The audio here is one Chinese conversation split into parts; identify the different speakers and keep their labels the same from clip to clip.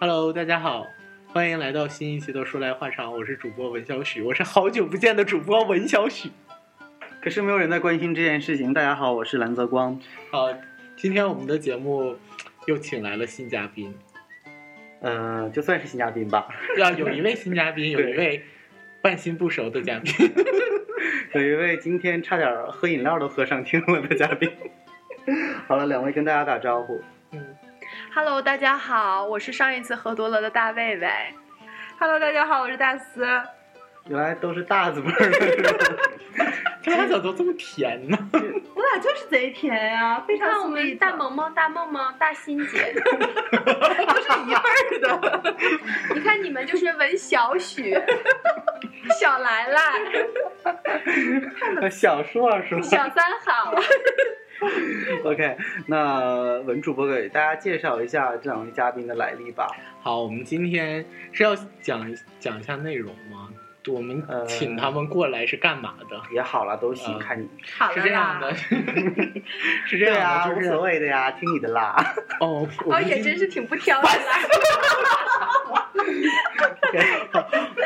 Speaker 1: Hello，大家好，欢迎来到新一期的说来话长，我是主播文小许，我是好久不见的主播文小许。
Speaker 2: 可是没有人在关心这件事情。大家好，我是蓝泽光。
Speaker 1: 好，今天我们的节目又请来了新嘉宾，
Speaker 2: 嗯、就算是新嘉宾吧。
Speaker 1: 啊，有一位新嘉 宾，有一位半新不熟的嘉宾。
Speaker 2: 有一位今天差点喝饮料都喝上听了的嘉宾。 好了，两位跟大家打招呼。
Speaker 1: 嗯，
Speaker 3: Hello，大家好，我是上一次喝多了的大卫卫。Hello，大家好，我是大思。
Speaker 2: 原来都是大字辈儿的 是吧，
Speaker 1: 这俩咋都这么甜呢？
Speaker 4: 我俩就是贼甜呀、非
Speaker 3: 你看
Speaker 4: 常
Speaker 3: 我们
Speaker 4: sweet
Speaker 3: 大萌萌、大梦萌、大欣姐，
Speaker 4: 都是一辈儿的。
Speaker 3: 你看你们就是文小许、 小兰 兰、
Speaker 2: 小硕是吧
Speaker 3: 小三好。
Speaker 2: ？OK，那文主播给大家介绍一下这两位嘉宾的来历吧。
Speaker 1: 好，我们今天是要讲讲一下内容吗？我们
Speaker 2: 呃
Speaker 1: 请他们过来是干嘛的？
Speaker 2: 也好了，都行，
Speaker 1: 嗯
Speaker 2: 看你。
Speaker 3: 好
Speaker 1: 是
Speaker 3: 了
Speaker 1: 这样的，
Speaker 3: 啦，
Speaker 1: 是这
Speaker 2: 对
Speaker 1: 样
Speaker 2: 啊，
Speaker 1: 的，
Speaker 2: 无
Speaker 1: 就是
Speaker 2: 所谓的呀，听你的啦。
Speaker 1: 哦，我
Speaker 3: 哦，
Speaker 1: 们
Speaker 3: 也
Speaker 1: 今
Speaker 3: 真是挺不挑的 啦。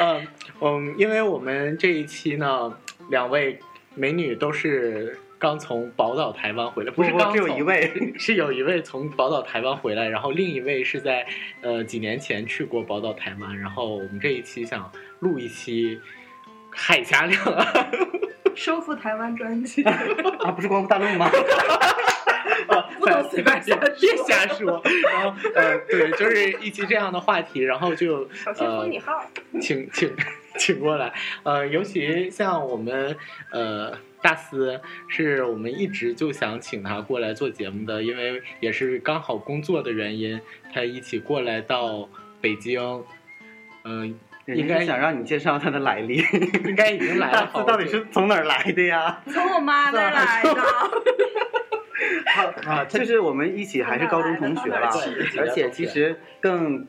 Speaker 1: 嗯 嗯，因为我们这一期呢，两位美女都是刚从宝岛台湾回来，
Speaker 2: 不
Speaker 1: 是
Speaker 2: 不，
Speaker 1: 刚
Speaker 2: 只有
Speaker 1: 从
Speaker 2: 一，位。
Speaker 1: 是有一位从宝岛台湾回来，然后另一位是在呃几年前去过宝岛台湾，然后我们这一期想录一期海峡两岸，
Speaker 4: 收复台湾专辑，
Speaker 2: 啊，不是光复大陆吗？
Speaker 4: 不能随便瞎说
Speaker 1: 呃别瞎说，然后呃对，就是一期这样的话题，然后就呃
Speaker 4: 小心封你号。
Speaker 1: 请请请过来。呃，尤其像我们呃大司，是我们一直就想请他过来做节目的，因为也是刚好工作的原因，他一起过来到北京。嗯、应
Speaker 2: 应
Speaker 1: 该
Speaker 2: 该想让你介绍他的来历。
Speaker 1: 应该已经来
Speaker 2: 大
Speaker 1: 了
Speaker 2: 字
Speaker 1: 好
Speaker 2: 到底
Speaker 1: 久
Speaker 2: 是从哪儿来的呀？
Speaker 4: 从我妈那儿来的，
Speaker 1: 啊，他
Speaker 2: 就是我们一起还是高中同学了
Speaker 4: 从哪
Speaker 1: 儿来的从哪儿去，
Speaker 2: 而且其实更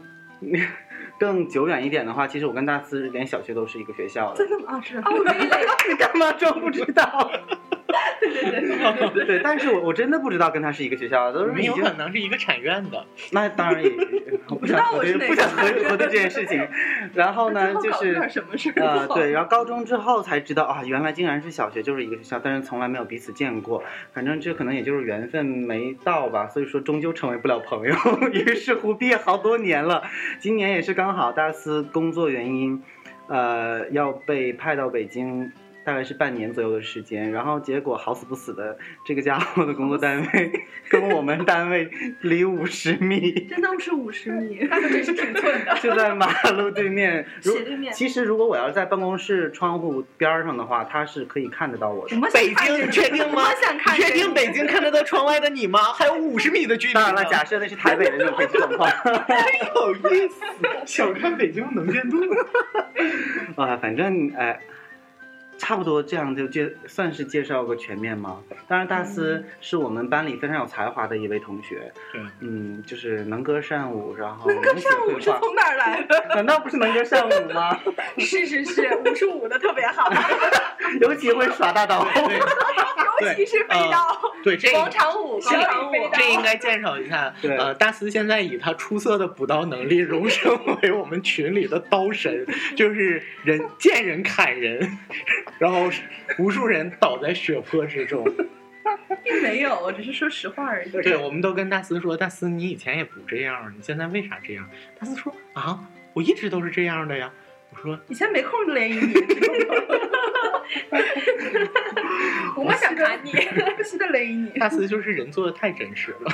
Speaker 2: 更久远一点的话，其实我跟大四连小学都是一个学校的
Speaker 4: 真。的吗？啊是
Speaker 3: 哦
Speaker 4: 啊，
Speaker 2: 你干嘛装不知道？
Speaker 4: 对对对，
Speaker 2: 对，但是我我真的不知道跟他是一个学校
Speaker 1: 我
Speaker 2: 的，都是
Speaker 1: 们
Speaker 2: 已
Speaker 1: 有
Speaker 2: 经
Speaker 1: 可能是一个产院的，
Speaker 2: 那当 然也我不想
Speaker 4: 道
Speaker 2: 核
Speaker 4: 我是
Speaker 2: 对
Speaker 4: 哪
Speaker 2: 不想
Speaker 4: 个
Speaker 2: 核对核对这件事情。然后呢，
Speaker 4: 最
Speaker 2: 就
Speaker 4: 后搞不
Speaker 2: 是
Speaker 4: 点什么事儿
Speaker 2: 呃，对，，然后高中之后才知道啊，原来竟然是小学就是一个学校，但是从来没有彼此见过。反正这可能也就是缘分没到吧，所以说终究成为不了朋友。于是乎，毕业好多年了，今年也是刚好大四工作原因，呃，要被派到北京。大概是半年左右的时间，然后结果好死不死的，这个家伙的工作单位跟我们单位离五十米，
Speaker 4: 真的是五十 米，
Speaker 3: 那可真是挺寸的。
Speaker 2: 就在马路对 面。如
Speaker 4: 斜对面。
Speaker 2: 其实如果我要是在办公室窗户边儿上的话，他是可以看得到我
Speaker 4: 我
Speaker 2: 的。
Speaker 4: 们想
Speaker 1: 北京，你确定吗？
Speaker 4: 我想看
Speaker 1: 你确
Speaker 4: 这个
Speaker 1: 定北京看得到窗外的你吗？还有五十米的距离呢。
Speaker 2: 当然
Speaker 4: 嗯
Speaker 2: 了，假设那是台北的那种飞机状况
Speaker 1: 有意思，小看北京能见度。
Speaker 2: 啊，反正哎，差不多这样就介算是介绍个全面嘛。当然，大
Speaker 4: 嗯
Speaker 2: 四是我们班里非常有才华的一位同学，
Speaker 1: 对
Speaker 2: 嗯，就是能歌善舞，然后
Speaker 4: 能歌善舞
Speaker 2: 能
Speaker 4: 是
Speaker 2: 写绘
Speaker 4: 从哪儿来的？
Speaker 2: 画，难道不是能歌善舞吗？
Speaker 4: 是是是，五十五的特别 好，
Speaker 2: 尤其会耍大刀。
Speaker 1: 对
Speaker 4: 尤其是飞刀、
Speaker 1: 对，这
Speaker 3: 广场舞，
Speaker 4: 小
Speaker 3: 广
Speaker 4: 李
Speaker 3: 场舞，
Speaker 4: 飞刀
Speaker 1: 这应该介绍一下，
Speaker 2: 对
Speaker 1: 呃，大司现在以他出色的补刀能力，荣升为我们群里的刀神，就是人见人砍人， 然后无数人倒在血泊之中。
Speaker 4: 并没有，我只是说实话而已。
Speaker 1: 对，我们都跟大司说，大司你以前也不这样，你现在为啥这样？大司说啊，我一直都是这样的呀。我说
Speaker 4: 以前没空联谊 你，
Speaker 3: 我们想砍你。
Speaker 4: 不惜的联谊你。
Speaker 1: 大司就是人做的太真实了。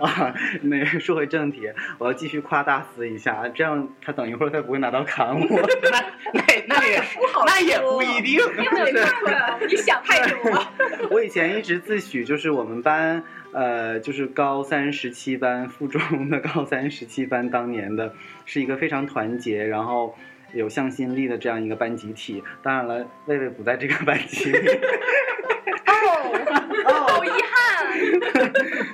Speaker 2: 啊， 那个说回正题，我要继续夸大司一下，这样他等一会儿他不会拿刀砍我。
Speaker 1: 那那那也是
Speaker 4: 不好
Speaker 1: 那也不一定。
Speaker 3: 你有没有看过？你想太 多。
Speaker 2: 我以前一直自诩就是我们班，呃，就是高三十七班，附中的高三十七班，当年的是一个非常团结，然后有向心力的这样一个班集体。当然了，魏魏不在这个班级 里。
Speaker 3: 好遗憾，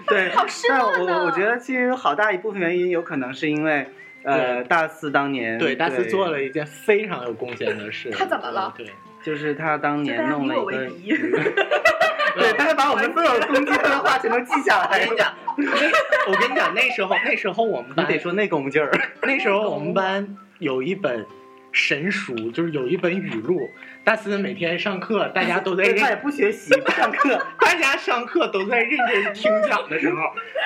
Speaker 2: 对，
Speaker 3: 哦好失
Speaker 2: 但
Speaker 3: 落
Speaker 2: 我
Speaker 3: 呢
Speaker 2: 我我觉得其实好大一部分原因有可能是因为，
Speaker 1: 对
Speaker 2: 呃，大四当年
Speaker 1: 对，大司做了一件非常有贡献的事。
Speaker 3: 他怎么了
Speaker 1: 对，
Speaker 2: 就是他当年弄了一
Speaker 4: 就大家
Speaker 2: 个
Speaker 4: 以我为敌
Speaker 2: 娱，对，他还把我们所有攻击他的话全都记下
Speaker 1: 我
Speaker 2: 来
Speaker 1: 跟你
Speaker 2: 了。
Speaker 1: 讲，我跟你讲，那时候那时候我们
Speaker 2: 你
Speaker 1: 班
Speaker 2: 得说那功劲儿，
Speaker 1: 那时候我们班有一本神书，就是有一本语录。大四每天上课，大家都 在
Speaker 2: 对他也
Speaker 1: 认，
Speaker 2: 不学习，不上课。
Speaker 1: 大家上课都在认真听讲的时候，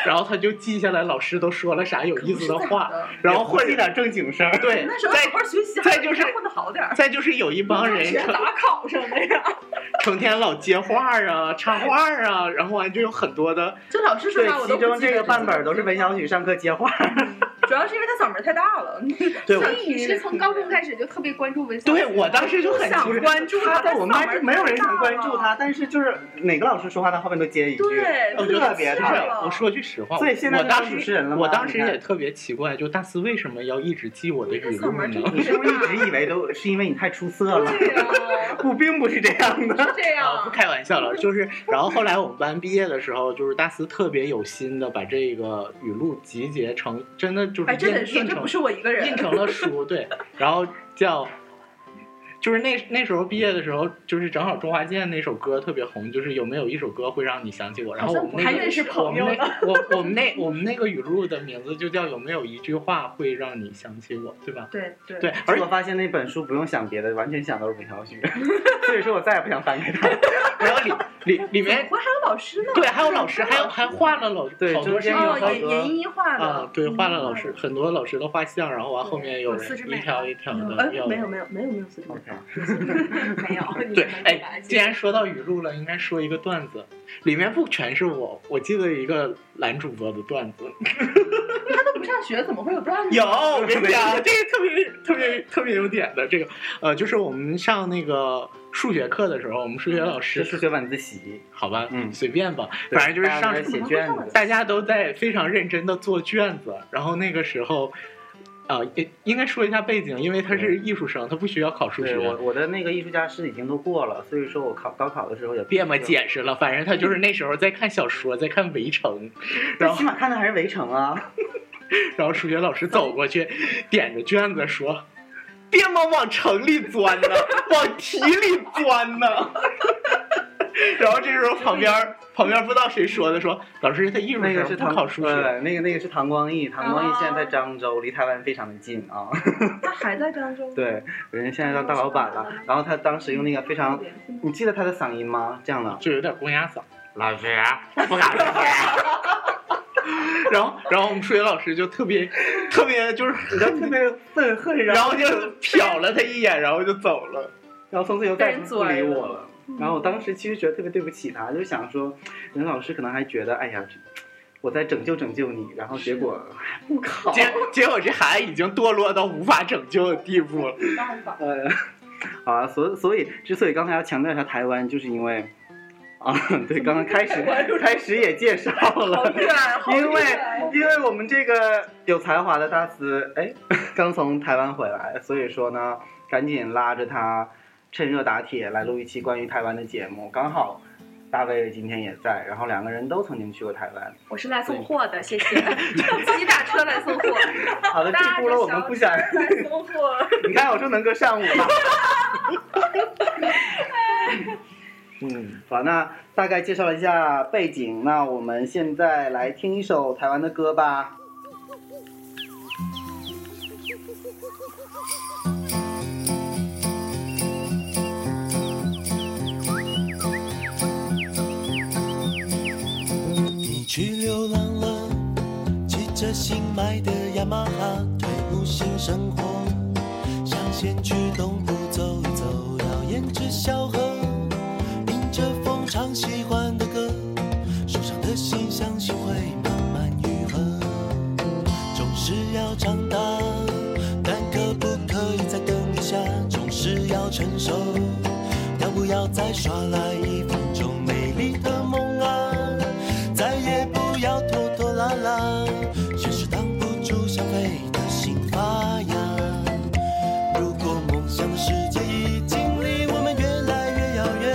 Speaker 1: 然后他就记下来老师都说了啥有意思的话，然后
Speaker 2: 也不
Speaker 1: 或
Speaker 2: 会一
Speaker 1: 者
Speaker 2: 点正经事儿。
Speaker 1: 对，
Speaker 4: 那时候
Speaker 1: 再
Speaker 4: 好好学习，
Speaker 1: 再就是
Speaker 4: 混得好点儿。
Speaker 1: 再就是有一帮人成
Speaker 4: 打考上那样，
Speaker 1: 成天老接话啊、插话啊，然后完就有很多的
Speaker 4: 这老师说
Speaker 2: 对
Speaker 4: 啥我，都
Speaker 2: 其
Speaker 4: 不
Speaker 2: 中
Speaker 4: 记得嗯
Speaker 2: 这个半本儿都是文小雨上课接 话。
Speaker 4: 主要是因为他嗓门太大了。
Speaker 1: 对我
Speaker 3: 所以你是从高中开始就特别关注文小
Speaker 1: 对我当时就很
Speaker 4: 想
Speaker 1: 奇怪，
Speaker 4: 关注
Speaker 2: 他在 我们班是没有人
Speaker 4: 想
Speaker 2: 想关注他，但是就是哪个老师说话，他后面都接一句。
Speaker 4: 对，
Speaker 1: 我觉得
Speaker 2: 特别
Speaker 1: 不
Speaker 2: 讨
Speaker 1: 是
Speaker 2: 厌
Speaker 1: 我说句实话，
Speaker 2: 所以现在
Speaker 1: 我
Speaker 2: 就
Speaker 1: 当
Speaker 2: 当
Speaker 1: 时
Speaker 2: 主持人了吗
Speaker 1: 我当时
Speaker 2: 你看
Speaker 1: 也特别奇怪，就大四为什么要一直记我的语录
Speaker 4: 那嗓门
Speaker 1: 呢
Speaker 4: 真？
Speaker 2: 你是不是一直以为都是因为你太出色了？
Speaker 4: 对 呀，
Speaker 2: 我并不是这样的。
Speaker 4: 是这
Speaker 1: 啊，不
Speaker 4: 样。
Speaker 1: 开玩笑了，就是，然后后来我们班毕业的时候，就是大四特别有心的把这个语录集结成，真的就是
Speaker 4: 哎，这
Speaker 1: 印
Speaker 4: 得说，
Speaker 1: 印
Speaker 4: 这
Speaker 1: 成
Speaker 4: 不是我一个人
Speaker 1: 印。成了书，对，然后叫，就是那那时候毕业的时候，就是正好周华健那首歌特别红，就是有没有一首歌会让你想起我？然后我们那
Speaker 4: 还
Speaker 1: 个
Speaker 4: 认识
Speaker 1: 我
Speaker 4: 朋
Speaker 1: 们
Speaker 4: 友呢。
Speaker 1: 那我我们那我们那个语录的名字就叫有没有一句话会让你想起我，对吧？
Speaker 4: 对对
Speaker 1: 对，而
Speaker 2: 而
Speaker 1: 且
Speaker 2: 我发现那本书不用想别的，完全想都是文小雨， 所以说我再也不想翻开它。
Speaker 1: 然后里里里面
Speaker 4: 我哎还有老师呢。
Speaker 1: 对还有老师， 还有还画了老
Speaker 2: 对
Speaker 1: 好多
Speaker 2: 中间
Speaker 1: 是
Speaker 2: 有
Speaker 4: 哦，
Speaker 1: 好
Speaker 2: 好
Speaker 1: 多
Speaker 4: 严严一画
Speaker 1: 啊
Speaker 4: 的，。
Speaker 1: 对，
Speaker 4: 嗯
Speaker 1: 画了老师。很多老师的画像，然后完后面有
Speaker 3: 有
Speaker 1: 人
Speaker 3: 四肢
Speaker 1: 一
Speaker 3: 美
Speaker 1: 条一条
Speaker 4: 嗯
Speaker 1: 的
Speaker 4: 哎，
Speaker 1: 要
Speaker 4: 没有没有没有没有四 肢
Speaker 2: OK，
Speaker 3: 没有，你
Speaker 1: 对
Speaker 3: 们，这把
Speaker 1: 哎，
Speaker 3: 劲
Speaker 1: 既然说到语录了，应该说一个段子，里面不全是我，我记得一个男主播的段 子，
Speaker 4: 他都不上学，怎么会有段子？
Speaker 1: 有，我跟你 讲，这个特别特别特别有点的，这个呃，就是我们上那个数学课的时候，我们数学老
Speaker 2: 是
Speaker 1: 师
Speaker 2: 数学晚自习，
Speaker 1: 好吧，
Speaker 2: 嗯
Speaker 1: 随便吧，
Speaker 2: 对
Speaker 1: 反正就是
Speaker 2: 大
Speaker 1: 上
Speaker 2: 家都在写卷子。
Speaker 1: 大家都在非常认真的做卷子，然后那个时候。啊、应应该说一下背景，因为他是艺术生，他不需要考数学
Speaker 2: 对。我我的那个艺术家师已经都过了，所以说我考高考的时候也
Speaker 1: 别么，解释了，反正他 就是那时候在看小说，在看《围城》，然
Speaker 2: 但
Speaker 1: 后
Speaker 2: 起码看的还是《围 城》啊。
Speaker 1: 然后数学老师走过去，点着卷子说：“别往往城里钻呢， 往题里钻呢。” 然后这时候旁边旁边不知道谁说的说：“老师，他艺术
Speaker 2: 那个
Speaker 1: 生
Speaker 2: 是
Speaker 1: 不
Speaker 2: 唐
Speaker 1: 考数学。
Speaker 2: 呃那个那个是唐光义，唐光义
Speaker 4: 哦
Speaker 2: 现在在漳州，离台湾非常的近啊。
Speaker 4: 他还在漳州。
Speaker 2: 对，人家现在当大老板了。然后他当时用那个非
Speaker 1: 啊
Speaker 2: 常，你记得他的嗓音吗？这样的”，
Speaker 1: 就有点公鸭嗓，
Speaker 2: 老师不考数学。
Speaker 1: 然后，然后我们数学老师就特别，特别就是，
Speaker 2: 然后特别愤恨，
Speaker 1: 然
Speaker 2: 然
Speaker 1: 后
Speaker 2: 后
Speaker 1: 就瞟了他一眼，然后就走了。
Speaker 2: 然后从此就再也不理我了。
Speaker 1: 嗯
Speaker 2: 然后我当时其实觉得特别对不起他，就想说，任老师可能还觉得，哎呀，这我在拯救拯救你，然后结果哎不考，
Speaker 1: 结结果这孩子已经堕落到无法拯救的地步了。
Speaker 4: 办法。
Speaker 2: 呃， 啊，所所以之所以刚才要强调一下台湾，就是因为。啊，对，刚刚开始开始也介绍
Speaker 4: 好
Speaker 2: 了，
Speaker 4: 远，好啊远
Speaker 2: 因为因为我们这个有才华的大师，哎， 刚从台湾回来，所以说呢，赶紧拉着他趁热打铁来录一期关于台湾的节目。刚好大卫今天也在，然后两个人都曾经去过台湾。
Speaker 3: 我是来送货的，谢谢，自己打车来送货。
Speaker 2: 好的，这
Speaker 3: 搭着
Speaker 2: 轱辘我们不想，
Speaker 4: 来收获。
Speaker 2: 你看我说能歌善舞吧。
Speaker 1: 嗯，
Speaker 2: 好，那大概介绍一下背景，那我们现在来听一首台湾的歌吧。
Speaker 5: 你去流浪了，骑着新买的雅马哈，退步新生活，想先去东部走一走，要沿着小河，迎着风唱喜欢的歌，受伤的心相信会慢慢愈合，总是要长大，但可不可以再等一下？总是要成熟，要不要再耍赖一分钟美丽的梦啊？再也不要拖拖拉拉，现实挡不住想飞的心发芽。如果梦想的世界已经离我们越来越遥远，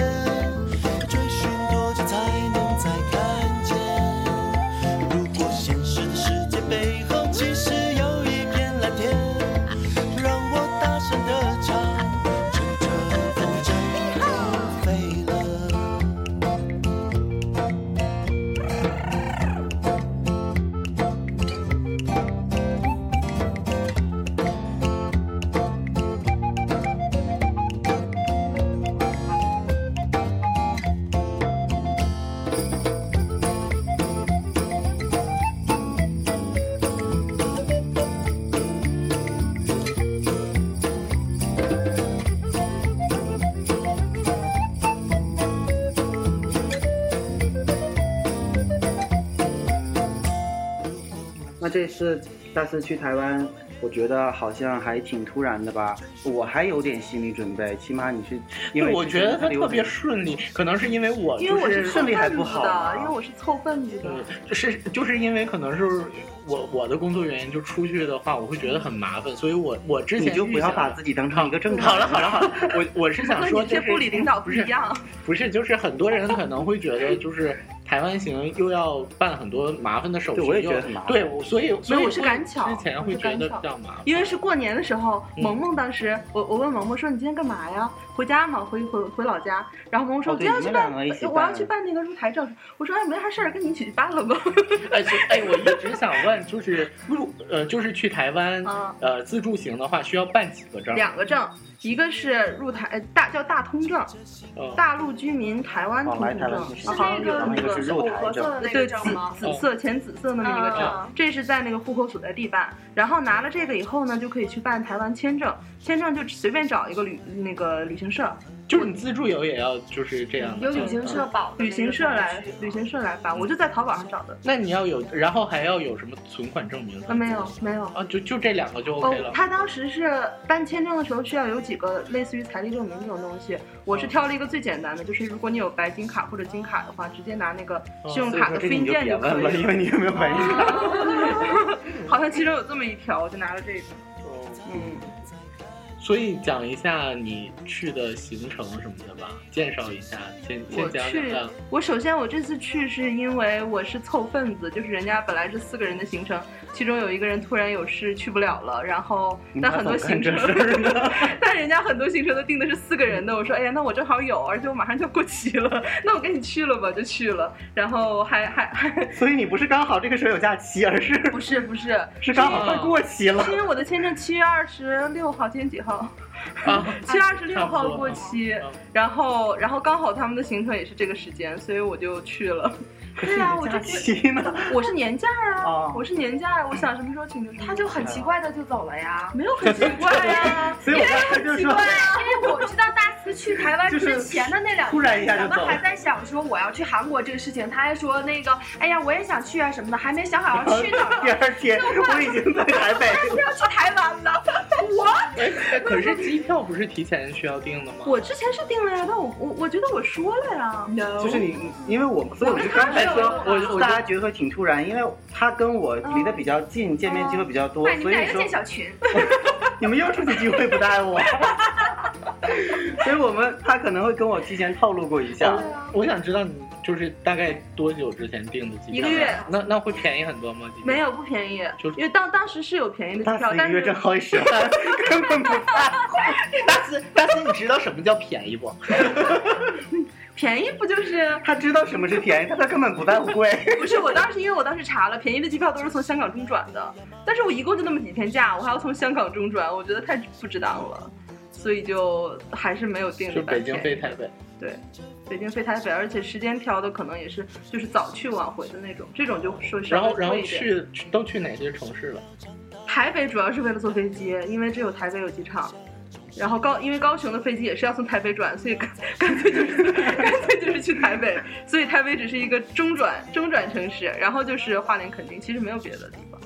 Speaker 5: 追寻多久才能再看见？如果现实的世界背后其实有一片蓝天，让我大声的唱，乘着风筝飞了。
Speaker 2: 那这次大四去台湾，我觉得好像还挺突然的吧，我还有点心理准备，起码你是因为
Speaker 1: 对，我
Speaker 2: 之
Speaker 1: 觉
Speaker 2: 前
Speaker 1: 得他
Speaker 2: 留
Speaker 1: 特别
Speaker 2: 美
Speaker 1: 顺利，可能是因为我
Speaker 4: 因为我
Speaker 1: 就是是
Speaker 4: 凑
Speaker 2: 顺利还
Speaker 4: 份
Speaker 2: 不
Speaker 4: 子
Speaker 2: 好
Speaker 4: 的
Speaker 2: 啊，
Speaker 4: 因为我是凑份子的。
Speaker 1: 是嗯就是因为可能是我我的工作原因，就出去的话我会觉得很麻烦，所以我我之前
Speaker 2: 你就
Speaker 1: 预
Speaker 2: 不要
Speaker 1: 想
Speaker 2: 把
Speaker 1: 的
Speaker 2: 自己当成一个正
Speaker 1: 好了
Speaker 2: 常人。
Speaker 1: 好了好了，我我是想
Speaker 4: 和
Speaker 1: 说，
Speaker 4: 你这
Speaker 1: 就是
Speaker 4: 部里领导不一样，
Speaker 1: 不是，就是很多人可能会觉得，就是台湾行又要办很多麻烦的手续，
Speaker 2: 对我也
Speaker 1: 又
Speaker 2: 觉得很麻烦
Speaker 1: 对，我所以所以
Speaker 4: 没有我是赶巧
Speaker 1: 之前会觉得比较麻烦，
Speaker 4: 因为是过年的时候，
Speaker 1: 嗯
Speaker 4: 萌萌当时我我问萌萌说你今天干嘛呀？回家嘛，回回回老家。然后萌萌说
Speaker 2: 哦
Speaker 4: 我
Speaker 2: 对
Speaker 4: 今天要去
Speaker 2: 你
Speaker 4: 办，
Speaker 2: 们两个一起办
Speaker 4: 我要去办那个入台证。我说哎没啥事儿，跟你一起去办了吧。
Speaker 1: 哎所以哎，我一直想问，就是入呃，就是去台湾
Speaker 2: 嗯
Speaker 4: 啊
Speaker 1: 呃自助行的话，需要办几个证？
Speaker 4: 两个证，一个是入台呃大叫大通证，
Speaker 1: 呃
Speaker 4: 大陆居民台湾通
Speaker 2: 哦往来
Speaker 4: 行
Speaker 2: 台湾
Speaker 4: 证，
Speaker 2: 就是那个那
Speaker 4: 啊好像那
Speaker 2: 个
Speaker 4: 个
Speaker 2: 是肉台证嗯
Speaker 4: 对对，紫紫色浅紫色的那么一个证
Speaker 3: 啊，
Speaker 4: 这是在那个户口所在地办。然后拿了这个以后呢，就可以去办台湾签证，签证就随便找一个旅那个旅行社，
Speaker 1: 就是你自助游也要就是这样的
Speaker 3: 有
Speaker 1: 证
Speaker 3: 旅行
Speaker 1: 嗯
Speaker 3: 社保的那个
Speaker 4: 旅行社来
Speaker 3: 程序
Speaker 4: 旅行社来办，我就在淘宝上找的。
Speaker 1: 那你要有，然后还要有什么存款证明？
Speaker 4: 啊，没有没有。
Speaker 1: 啊，就就这两个就 OK
Speaker 4: 哦
Speaker 1: 了，。
Speaker 4: 他当时是办签证的时候需要有几个类似于财力证明这种东西，我是
Speaker 2: 嗯
Speaker 4: 挑了一个最简单的，就是如果你有白金卡或者金卡的话，直接拿那个信用
Speaker 2: 哦所以
Speaker 4: 卡
Speaker 2: 说
Speaker 4: 的
Speaker 2: 这
Speaker 4: 复
Speaker 2: 个你
Speaker 4: 印
Speaker 2: 就
Speaker 4: 件
Speaker 2: 别
Speaker 4: 就可
Speaker 2: 问了，
Speaker 4: 以
Speaker 2: 因
Speaker 4: 了。
Speaker 2: 为你有没有反
Speaker 1: 啊
Speaker 2: 应？
Speaker 4: 好像其中有这么一条，我就拿了这个。
Speaker 1: 哦
Speaker 4: 嗯，
Speaker 1: 所以讲一下你去的行程什么的吧，介绍一下，先
Speaker 4: 我
Speaker 1: 先讲啊
Speaker 4: 去
Speaker 1: 讲。，
Speaker 4: 我首先我这次去是因为我是凑份子，就是人家本来是四个人的行程，其中有一个人突然有事去不了了，然后
Speaker 2: 你
Speaker 4: 但
Speaker 2: 妈
Speaker 4: 很多
Speaker 2: 怎么
Speaker 4: 行
Speaker 2: 干
Speaker 4: 程
Speaker 2: 这事 儿呢，
Speaker 4: 但人家很多行程都定的是四个人的，我说哎呀，那我正好有，而且我马上就要过期了，那我跟你去了吧，就去了，然后还还还
Speaker 2: 所以你不是刚好这个时候有假期，而是
Speaker 4: 不是不是，
Speaker 2: 是刚好快过期了
Speaker 4: 是。因为我的签证七月二十六号，今天几号？
Speaker 1: 啊，
Speaker 4: 七月二十六号过期
Speaker 1: 差不多嗯，
Speaker 4: 然后然后刚好他们的行程也是这个时间，所以我就去了。对啊，我就
Speaker 2: 假 期呢？
Speaker 4: 我是年假啊，
Speaker 2: 哦
Speaker 4: 我是年假啊，我想什么时候请就什么时候
Speaker 3: 他就很奇怪的就走了呀。
Speaker 4: 没有很奇怪啊呀、
Speaker 2: 所以我刚才就
Speaker 3: 奇
Speaker 2: 说
Speaker 3: 怪，， 因为我知道大四去台湾之前的那两天，
Speaker 2: 突然一下就
Speaker 3: 咱
Speaker 2: 走了
Speaker 3: 们还在想说我要去韩国这个事情，他还说那个，哎呀，我也想去啊什么的，还没想好
Speaker 2: 然后
Speaker 3: 要去哪儿
Speaker 2: 第
Speaker 3: 呢，
Speaker 2: 二天我已经在台北了。
Speaker 3: 要去台湾了。 我
Speaker 1: 哎哎可是机票不是提前需要订的吗？
Speaker 4: 我之前是定了呀，但我我我觉得我说了呀。No，
Speaker 2: 就是你，因为我们，所以我就
Speaker 3: 我跟他
Speaker 2: 刚才
Speaker 3: 没有
Speaker 2: 说，
Speaker 3: 哦我
Speaker 2: 我大家觉得会挺突然，因为他跟我离得比较近，见面机会比较多
Speaker 3: 哎，，你
Speaker 2: 所
Speaker 3: 们俩
Speaker 2: 以
Speaker 3: 又
Speaker 2: 说
Speaker 3: 建小群，
Speaker 2: 你们又出去聚会不带 我，所以我们他可能会跟我提前透露过一
Speaker 3: 哦
Speaker 2: 下。
Speaker 1: 我想知道你就是大概多久之前订的机票？
Speaker 4: 一个月。
Speaker 1: 那那会便宜很多吗？机票
Speaker 4: 没。有不便宜，
Speaker 1: 就是
Speaker 4: 因为当当时是有便宜的
Speaker 2: 大
Speaker 4: 机票
Speaker 2: 四，一个
Speaker 4: 但
Speaker 2: 月
Speaker 4: 是
Speaker 2: 挣好几十 万，根本不怕。
Speaker 1: 大四大四，你知道什么叫便宜 不？
Speaker 4: 便宜不就是
Speaker 2: 他知道什么是便宜，但他根本不在乎贵。
Speaker 4: 不是？我当时因为我当时查了，便宜的机票都是从香港中转的，但是我一共就那么几天假，我还要从香港中转，我觉得太不值当了，所以就还是没有定
Speaker 1: 就
Speaker 4: 的。
Speaker 1: 北京飞台北。
Speaker 4: 对，北京飞台北，而且时间挑的可能也是就是早去晚回的那种，这种就说稍
Speaker 1: 然
Speaker 4: 微
Speaker 1: 后然后
Speaker 4: 贵一点
Speaker 1: 去去都去哪些城市了？
Speaker 4: 台北主要是为了坐飞机，因为只有台北有机场。然后高，因为高雄的飞机也是要从台北转，所以干 干脆就是干脆就是去台北，所以台北只是一个中转中转城市。然后就是花莲、垦丁，其实没有别的地方。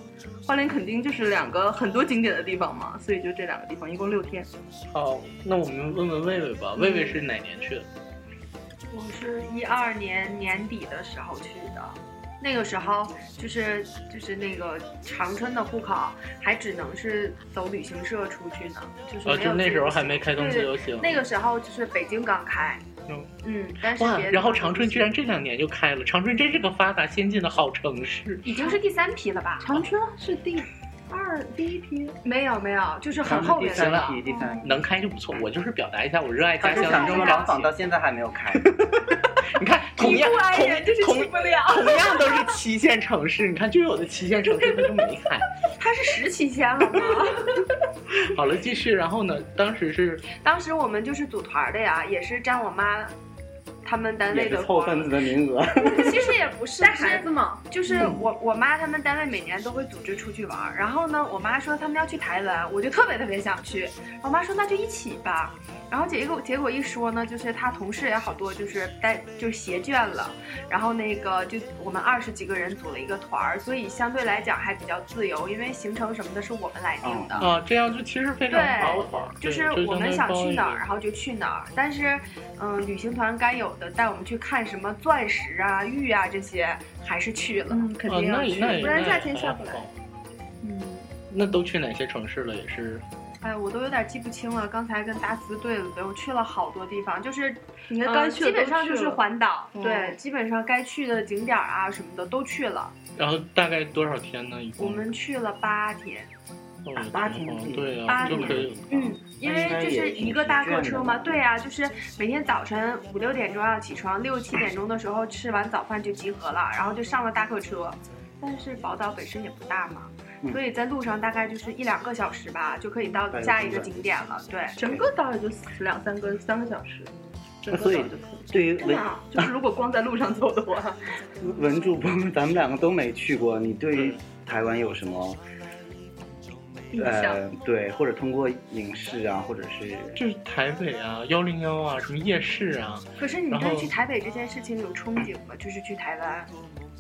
Speaker 4: 花莲、垦丁就是两个很多景点的地方嘛，所以就这两个地方，一共六天。
Speaker 1: 哦，那我们问问魏魏吧，
Speaker 4: 嗯
Speaker 1: 魏魏是哪年去的？
Speaker 3: 我是一二年年底的时候去的，那个时候就是就是那个长春的户口还只能是走旅行社出去呢，就是
Speaker 1: 呃，
Speaker 3: 没有
Speaker 1: 就那时候还没开
Speaker 3: 自
Speaker 1: 通
Speaker 3: 由
Speaker 1: 自
Speaker 3: 行
Speaker 1: 由行
Speaker 3: 对。那个时候就是北京刚开
Speaker 1: 嗯，
Speaker 3: 嗯，但是
Speaker 1: 哇，
Speaker 3: 别的
Speaker 1: 然后长春居然这两年就开了，长春真是个发达先进的好城市。
Speaker 3: 已经是第三批了吧？
Speaker 4: 长春是第二第一批，
Speaker 3: 没有没有，就是
Speaker 2: 咱
Speaker 3: 很
Speaker 2: 们
Speaker 3: 后
Speaker 2: 第
Speaker 3: 面
Speaker 2: 三
Speaker 3: 的
Speaker 2: 题，第三题。
Speaker 1: 能开就不错，我就是表达一下我热爱
Speaker 2: 他
Speaker 1: 家
Speaker 2: 就
Speaker 1: 乡
Speaker 2: 嗯
Speaker 1: 的
Speaker 2: 想
Speaker 1: 这
Speaker 2: 中
Speaker 1: 种
Speaker 2: 廊
Speaker 1: 感
Speaker 2: 坊
Speaker 1: 情
Speaker 2: 到。现在还没有开，
Speaker 1: 你看，同样
Speaker 4: 哎
Speaker 1: 同同
Speaker 3: 了，
Speaker 1: 同样都是七线城市，你看就有的七线城市它就没开。
Speaker 3: 它是十期间了吗？
Speaker 1: 好了，继续。然后呢，当时是
Speaker 3: 当时我们就是组团的呀，也是占我妈。他们单
Speaker 2: 也
Speaker 3: 位
Speaker 2: 是
Speaker 3: 的
Speaker 2: 凑
Speaker 3: 活儿
Speaker 2: 份子的名额。
Speaker 3: 其实也不是，
Speaker 4: 带
Speaker 3: 就是
Speaker 4: 孩子嘛，嗯
Speaker 3: 就是我我妈他们单位每年都会组织出去玩儿，然后呢，我妈说他们要去台湾，我就特别特别想去。我妈说那就一起吧，然后结果结果一说呢，就是她同事也好多就是带就是携眷了，然后那个就我们二十几个人组了一个团儿，所以相对来讲还比较自由，因为行程什么的是我们来
Speaker 2: 哦嗯
Speaker 3: 定的。
Speaker 1: 啊，这样就其实非常好玩，
Speaker 3: 就
Speaker 1: 对
Speaker 3: 是我们想去哪
Speaker 1: 相当于帮
Speaker 3: 儿，然。
Speaker 1: 一个
Speaker 3: 后就去哪儿。但是，嗯，旅行团该有的带我们去看什么钻石啊、玉啊这些，还是去了。
Speaker 4: 嗯，肯
Speaker 1: 啊，
Speaker 4: 定要
Speaker 1: 那也
Speaker 4: 去，
Speaker 1: 那也
Speaker 4: 不然
Speaker 1: 那
Speaker 4: 价
Speaker 1: 也
Speaker 4: 钱
Speaker 1: 还
Speaker 4: 下不来
Speaker 1: 好。
Speaker 4: 嗯，
Speaker 1: 那都去哪些城市了？也是
Speaker 3: 哎，我都有点记不清了。刚才跟大慈对了对，我去了好多地方，就是
Speaker 4: 你看
Speaker 3: 呃
Speaker 4: 该去的
Speaker 3: 基本
Speaker 4: 都
Speaker 3: 上
Speaker 4: 去
Speaker 3: 就是
Speaker 4: 了
Speaker 3: 环岛，
Speaker 4: 嗯
Speaker 3: 对，基本上该去的景点儿啊什么的都去了。
Speaker 1: 然后大概多少天呢？一共
Speaker 3: 我们去了八天，
Speaker 1: 哦有
Speaker 2: 八
Speaker 1: 点
Speaker 2: 天
Speaker 1: 哦
Speaker 2: 自己
Speaker 1: 对啊，
Speaker 3: 八
Speaker 1: 就
Speaker 3: 天
Speaker 1: 可以。
Speaker 3: 嗯，因为就是一个大客车嘛，
Speaker 2: 那应该也挺疲倦的吧嗯
Speaker 3: 对呀、就是每天早晨五六点钟要起床，六七点钟的时候吃完早饭就集合了，然后就上了大客车。但是宝岛本身也不大嘛，
Speaker 2: 嗯
Speaker 3: 所以在路上大概就是一两个小时吧，就可以到下一个景点了。对，
Speaker 2: 嗯
Speaker 4: 整个岛也就两三个三个小时，整
Speaker 2: 那
Speaker 4: 个
Speaker 2: 所以
Speaker 4: 岛就可
Speaker 2: 对于
Speaker 4: 真
Speaker 2: 文
Speaker 4: 的啊，就是如果光在路上走的 话，
Speaker 2: 文主播，咱们两个都没去过，你对于台湾有什么
Speaker 4: 印象
Speaker 2: 呃对，或者通过影视啊，或者是
Speaker 1: 就是台北啊，幺零幺啊，什么夜市啊，
Speaker 3: 可是你
Speaker 1: 然后
Speaker 3: 对去台北这件事情有憧憬吗？就是去台湾，
Speaker 2: 哦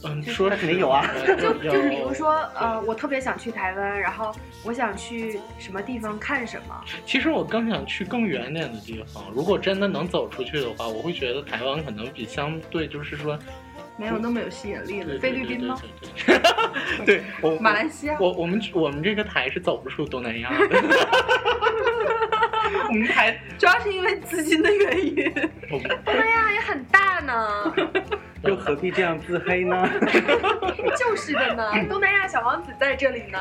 Speaker 1: 嗯，说
Speaker 2: 那肯定
Speaker 1: 是
Speaker 2: 有啊
Speaker 1: 呃
Speaker 3: 就
Speaker 1: 有
Speaker 3: 就是比如说，呃，我特别想去台湾，然后我想去什么地方看什么，
Speaker 1: 其实我更想去更远点的地方。如果真的能走出去的话，我会觉得台湾可能比相对就是说，
Speaker 4: 没有那么有吸引力
Speaker 1: 对
Speaker 4: 了。
Speaker 3: 菲律宾吗？
Speaker 1: 对对对对对，我
Speaker 4: 马来西亚，
Speaker 1: 我我们我们这个台是走不出东南亚的。我们台，
Speaker 4: 主要是因为资金的原因。
Speaker 1: 我们
Speaker 3: 对呀、也很大呢。
Speaker 2: 又何必这样自黑呢？
Speaker 3: 就是的 呢，东南亚小王子在这里呢。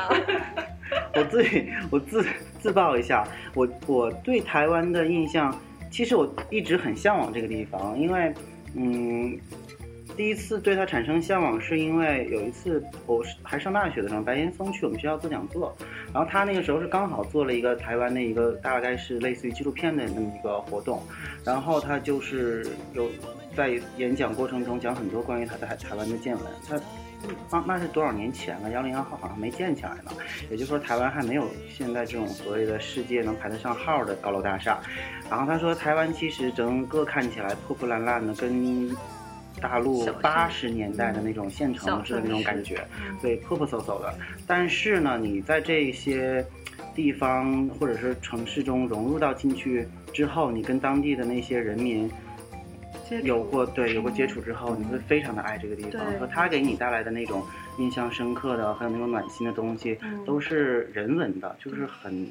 Speaker 2: 我自己我自自曝一下，我我对台湾的印象，其实我一直很向往这个地方，因为嗯，第一次对它产生向往是因为有一次我是还上大学的时候，白岩松去我们学校做讲座，然后他那个时候是刚好做了一个台湾的一个大概是类似于纪录片的那么一个活动，然后他就是有在演讲过程中讲很多关于他台台湾的见闻，他。那那是多少年前了？幺零幺号好像没建起来呢。也就是说台湾还没有现在这种所谓的世界能排得上号的高楼大厦。然后他说，台湾其实整个看起来破破烂烂的，跟大陆
Speaker 4: 小城
Speaker 2: 八十年代的那种县城似的那种感觉，对，破破嗖嗖的。但是呢，你在这些地方或者是城市中融入到进去之后，你跟当地的那些人民有过对有过接触之后，你会非常的爱这个地方，
Speaker 4: 对
Speaker 2: 和它给你带来的那种印象深刻的，还有那种暖心的东西，都是人文的，就是很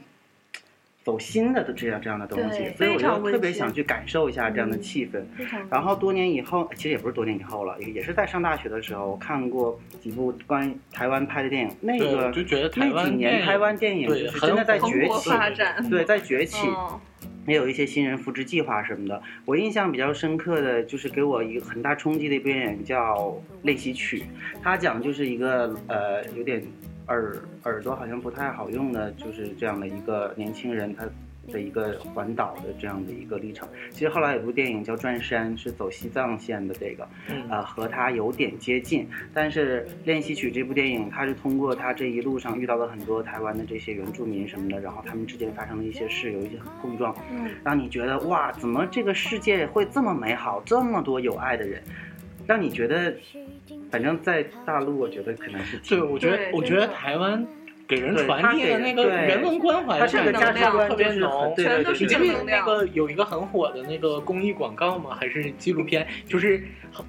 Speaker 2: 走心的这样这样的东西
Speaker 4: 对，
Speaker 2: 所以我
Speaker 4: 非常
Speaker 2: 就
Speaker 4: 温
Speaker 2: 特别
Speaker 4: 馨
Speaker 2: 想去感受一下这样的气氛。
Speaker 4: 非常
Speaker 2: 然后多年以后，其实也不是多年以后了，也也是在上大学的时候看过几部关于台湾拍的电影，那
Speaker 1: 对，我
Speaker 2: 个
Speaker 1: 就觉得台
Speaker 2: 那
Speaker 1: 湾
Speaker 2: 几年台湾电影
Speaker 1: 对
Speaker 2: 就是真的在
Speaker 4: 蓬
Speaker 2: 崛
Speaker 4: 勃
Speaker 2: 起，
Speaker 4: 发展。
Speaker 2: 对，在崛起。
Speaker 4: 嗯，
Speaker 2: 也有一些新人扶植计划什么的。我印象比较深刻的就是给我一个很大冲击的一部电影叫《练习曲》，它讲就是一个呃有点耳耳朵好像不太好用的，就是这样的一个年轻人他。的一个环岛的这样的一个历程，其实后来有部电影叫《转山》，是走西藏线的这个，
Speaker 1: 嗯
Speaker 2: 呃，和他有点接近。但是《练习曲》这部电影，它是通过他这一路上遇到了很多台湾的这些原住民什么的，然后他们之间发生的一些事，有一些碰撞，让你觉得哇，怎么这个世界会这么美好，这么多有爱的人，让你觉得，反正在大陆，我觉得可能是挺
Speaker 1: 对，我觉得
Speaker 4: 对
Speaker 1: 我觉得台湾给人
Speaker 2: 对
Speaker 1: 传
Speaker 2: 它
Speaker 1: 递
Speaker 2: 给
Speaker 1: 的那个
Speaker 2: 对
Speaker 1: 人文关怀
Speaker 2: 他这个
Speaker 1: 上
Speaker 2: 价值观
Speaker 1: 特
Speaker 2: 就
Speaker 1: 别
Speaker 2: 是
Speaker 1: 浓
Speaker 2: 很，对
Speaker 4: 全
Speaker 2: 对
Speaker 4: 都
Speaker 1: 你
Speaker 2: 对
Speaker 1: 记
Speaker 4: 是
Speaker 1: 不记
Speaker 2: 对。
Speaker 4: 正
Speaker 1: 得
Speaker 4: 能
Speaker 1: 那
Speaker 4: 量
Speaker 1: 个有一个很火的那个公益广告吗？还是纪录片？就是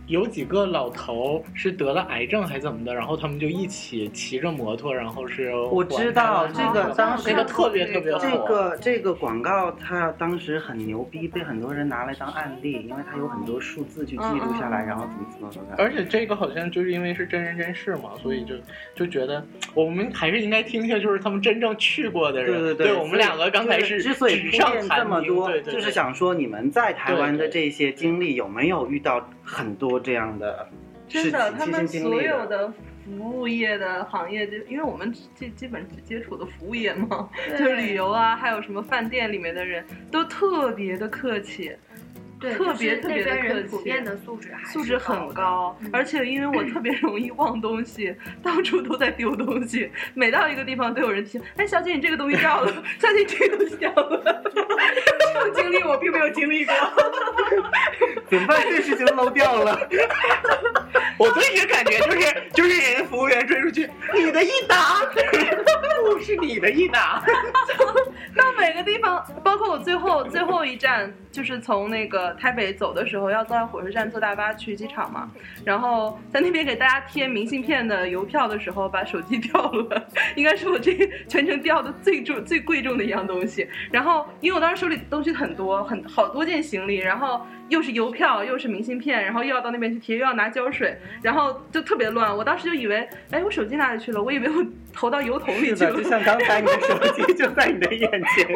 Speaker 1: 有几个老头儿是得了癌症还是怎么的，然后他们就一起骑着摩托，然后是
Speaker 2: 我知道
Speaker 1: 环
Speaker 2: 这
Speaker 1: 台湾
Speaker 2: 个
Speaker 1: 的
Speaker 2: 当
Speaker 1: 嗯
Speaker 2: 时
Speaker 1: 那个特别特别火，
Speaker 2: 这个这个广告，它当时很牛逼，被很多人拿来当案例，因为它有很多数字去记录下来，然后怎么怎么怎么样。
Speaker 1: 嗯而且这个好像就是因为是真人真事嘛，所以就就觉得我们还是应该听一下，就是他们真正去过的人。
Speaker 2: 对
Speaker 1: 对，
Speaker 2: 对，
Speaker 1: 我们两个刚才
Speaker 2: 所以
Speaker 1: 是
Speaker 2: 之所以
Speaker 1: 纸
Speaker 2: 铺
Speaker 1: 上
Speaker 2: 垫
Speaker 1: 谈
Speaker 2: 这么
Speaker 1: 兵
Speaker 2: 多，
Speaker 1: 对对
Speaker 2: 就是
Speaker 1: 对
Speaker 2: 想说你们在台湾
Speaker 1: 对
Speaker 2: 的
Speaker 1: 对
Speaker 2: 这些经历有没有遇到很多这样的事
Speaker 4: 真
Speaker 2: 情
Speaker 4: 的，他
Speaker 2: 亲身
Speaker 4: 们
Speaker 2: 经
Speaker 4: 所
Speaker 2: 历
Speaker 4: 有的服务业的行业，就因为我们基基本只接触的服务业嘛，就是旅游啊，还有什么饭店里面的人都特别的客气。
Speaker 3: 对，
Speaker 4: 特别
Speaker 3: 就是那
Speaker 4: 特别的
Speaker 3: 边人
Speaker 4: 客
Speaker 3: 普
Speaker 4: 气
Speaker 3: 遍的素质还是
Speaker 4: 素质很
Speaker 3: 高
Speaker 4: 高，而且因为我特别容易忘东西， 到处都在丢东西，每到一个地方都有人提醒：“哎，小姐，你这个东西掉了，小姐，你这个东西掉了。” 这种经历我并没有经历过，
Speaker 2: 怎么办？这事情漏掉了，
Speaker 1: 我最直感觉 就是就是人家服务员追出去，你的一打， 不是你的一打，
Speaker 4: 到每个地方，包括我最后最后一站，就是从那个台北走的时候，要到火车站坐大巴去机场嘛，然后在那边给大家贴明信片的邮票的时候，把手机 掉了，应该是我这全程掉的最重、最贵重的一样东西。然后，因为我当时手里东西很多，很好多件行李，然后又是邮票，又是明信片，然后又要到那边去贴，又要拿胶水，然后就特别乱。我当时就以为，哎，我手机哪里去了？我以为我投到邮筒里
Speaker 2: 是
Speaker 4: 去
Speaker 2: 的，
Speaker 4: 了
Speaker 2: 就。像刚才你的手机就在你的眼前，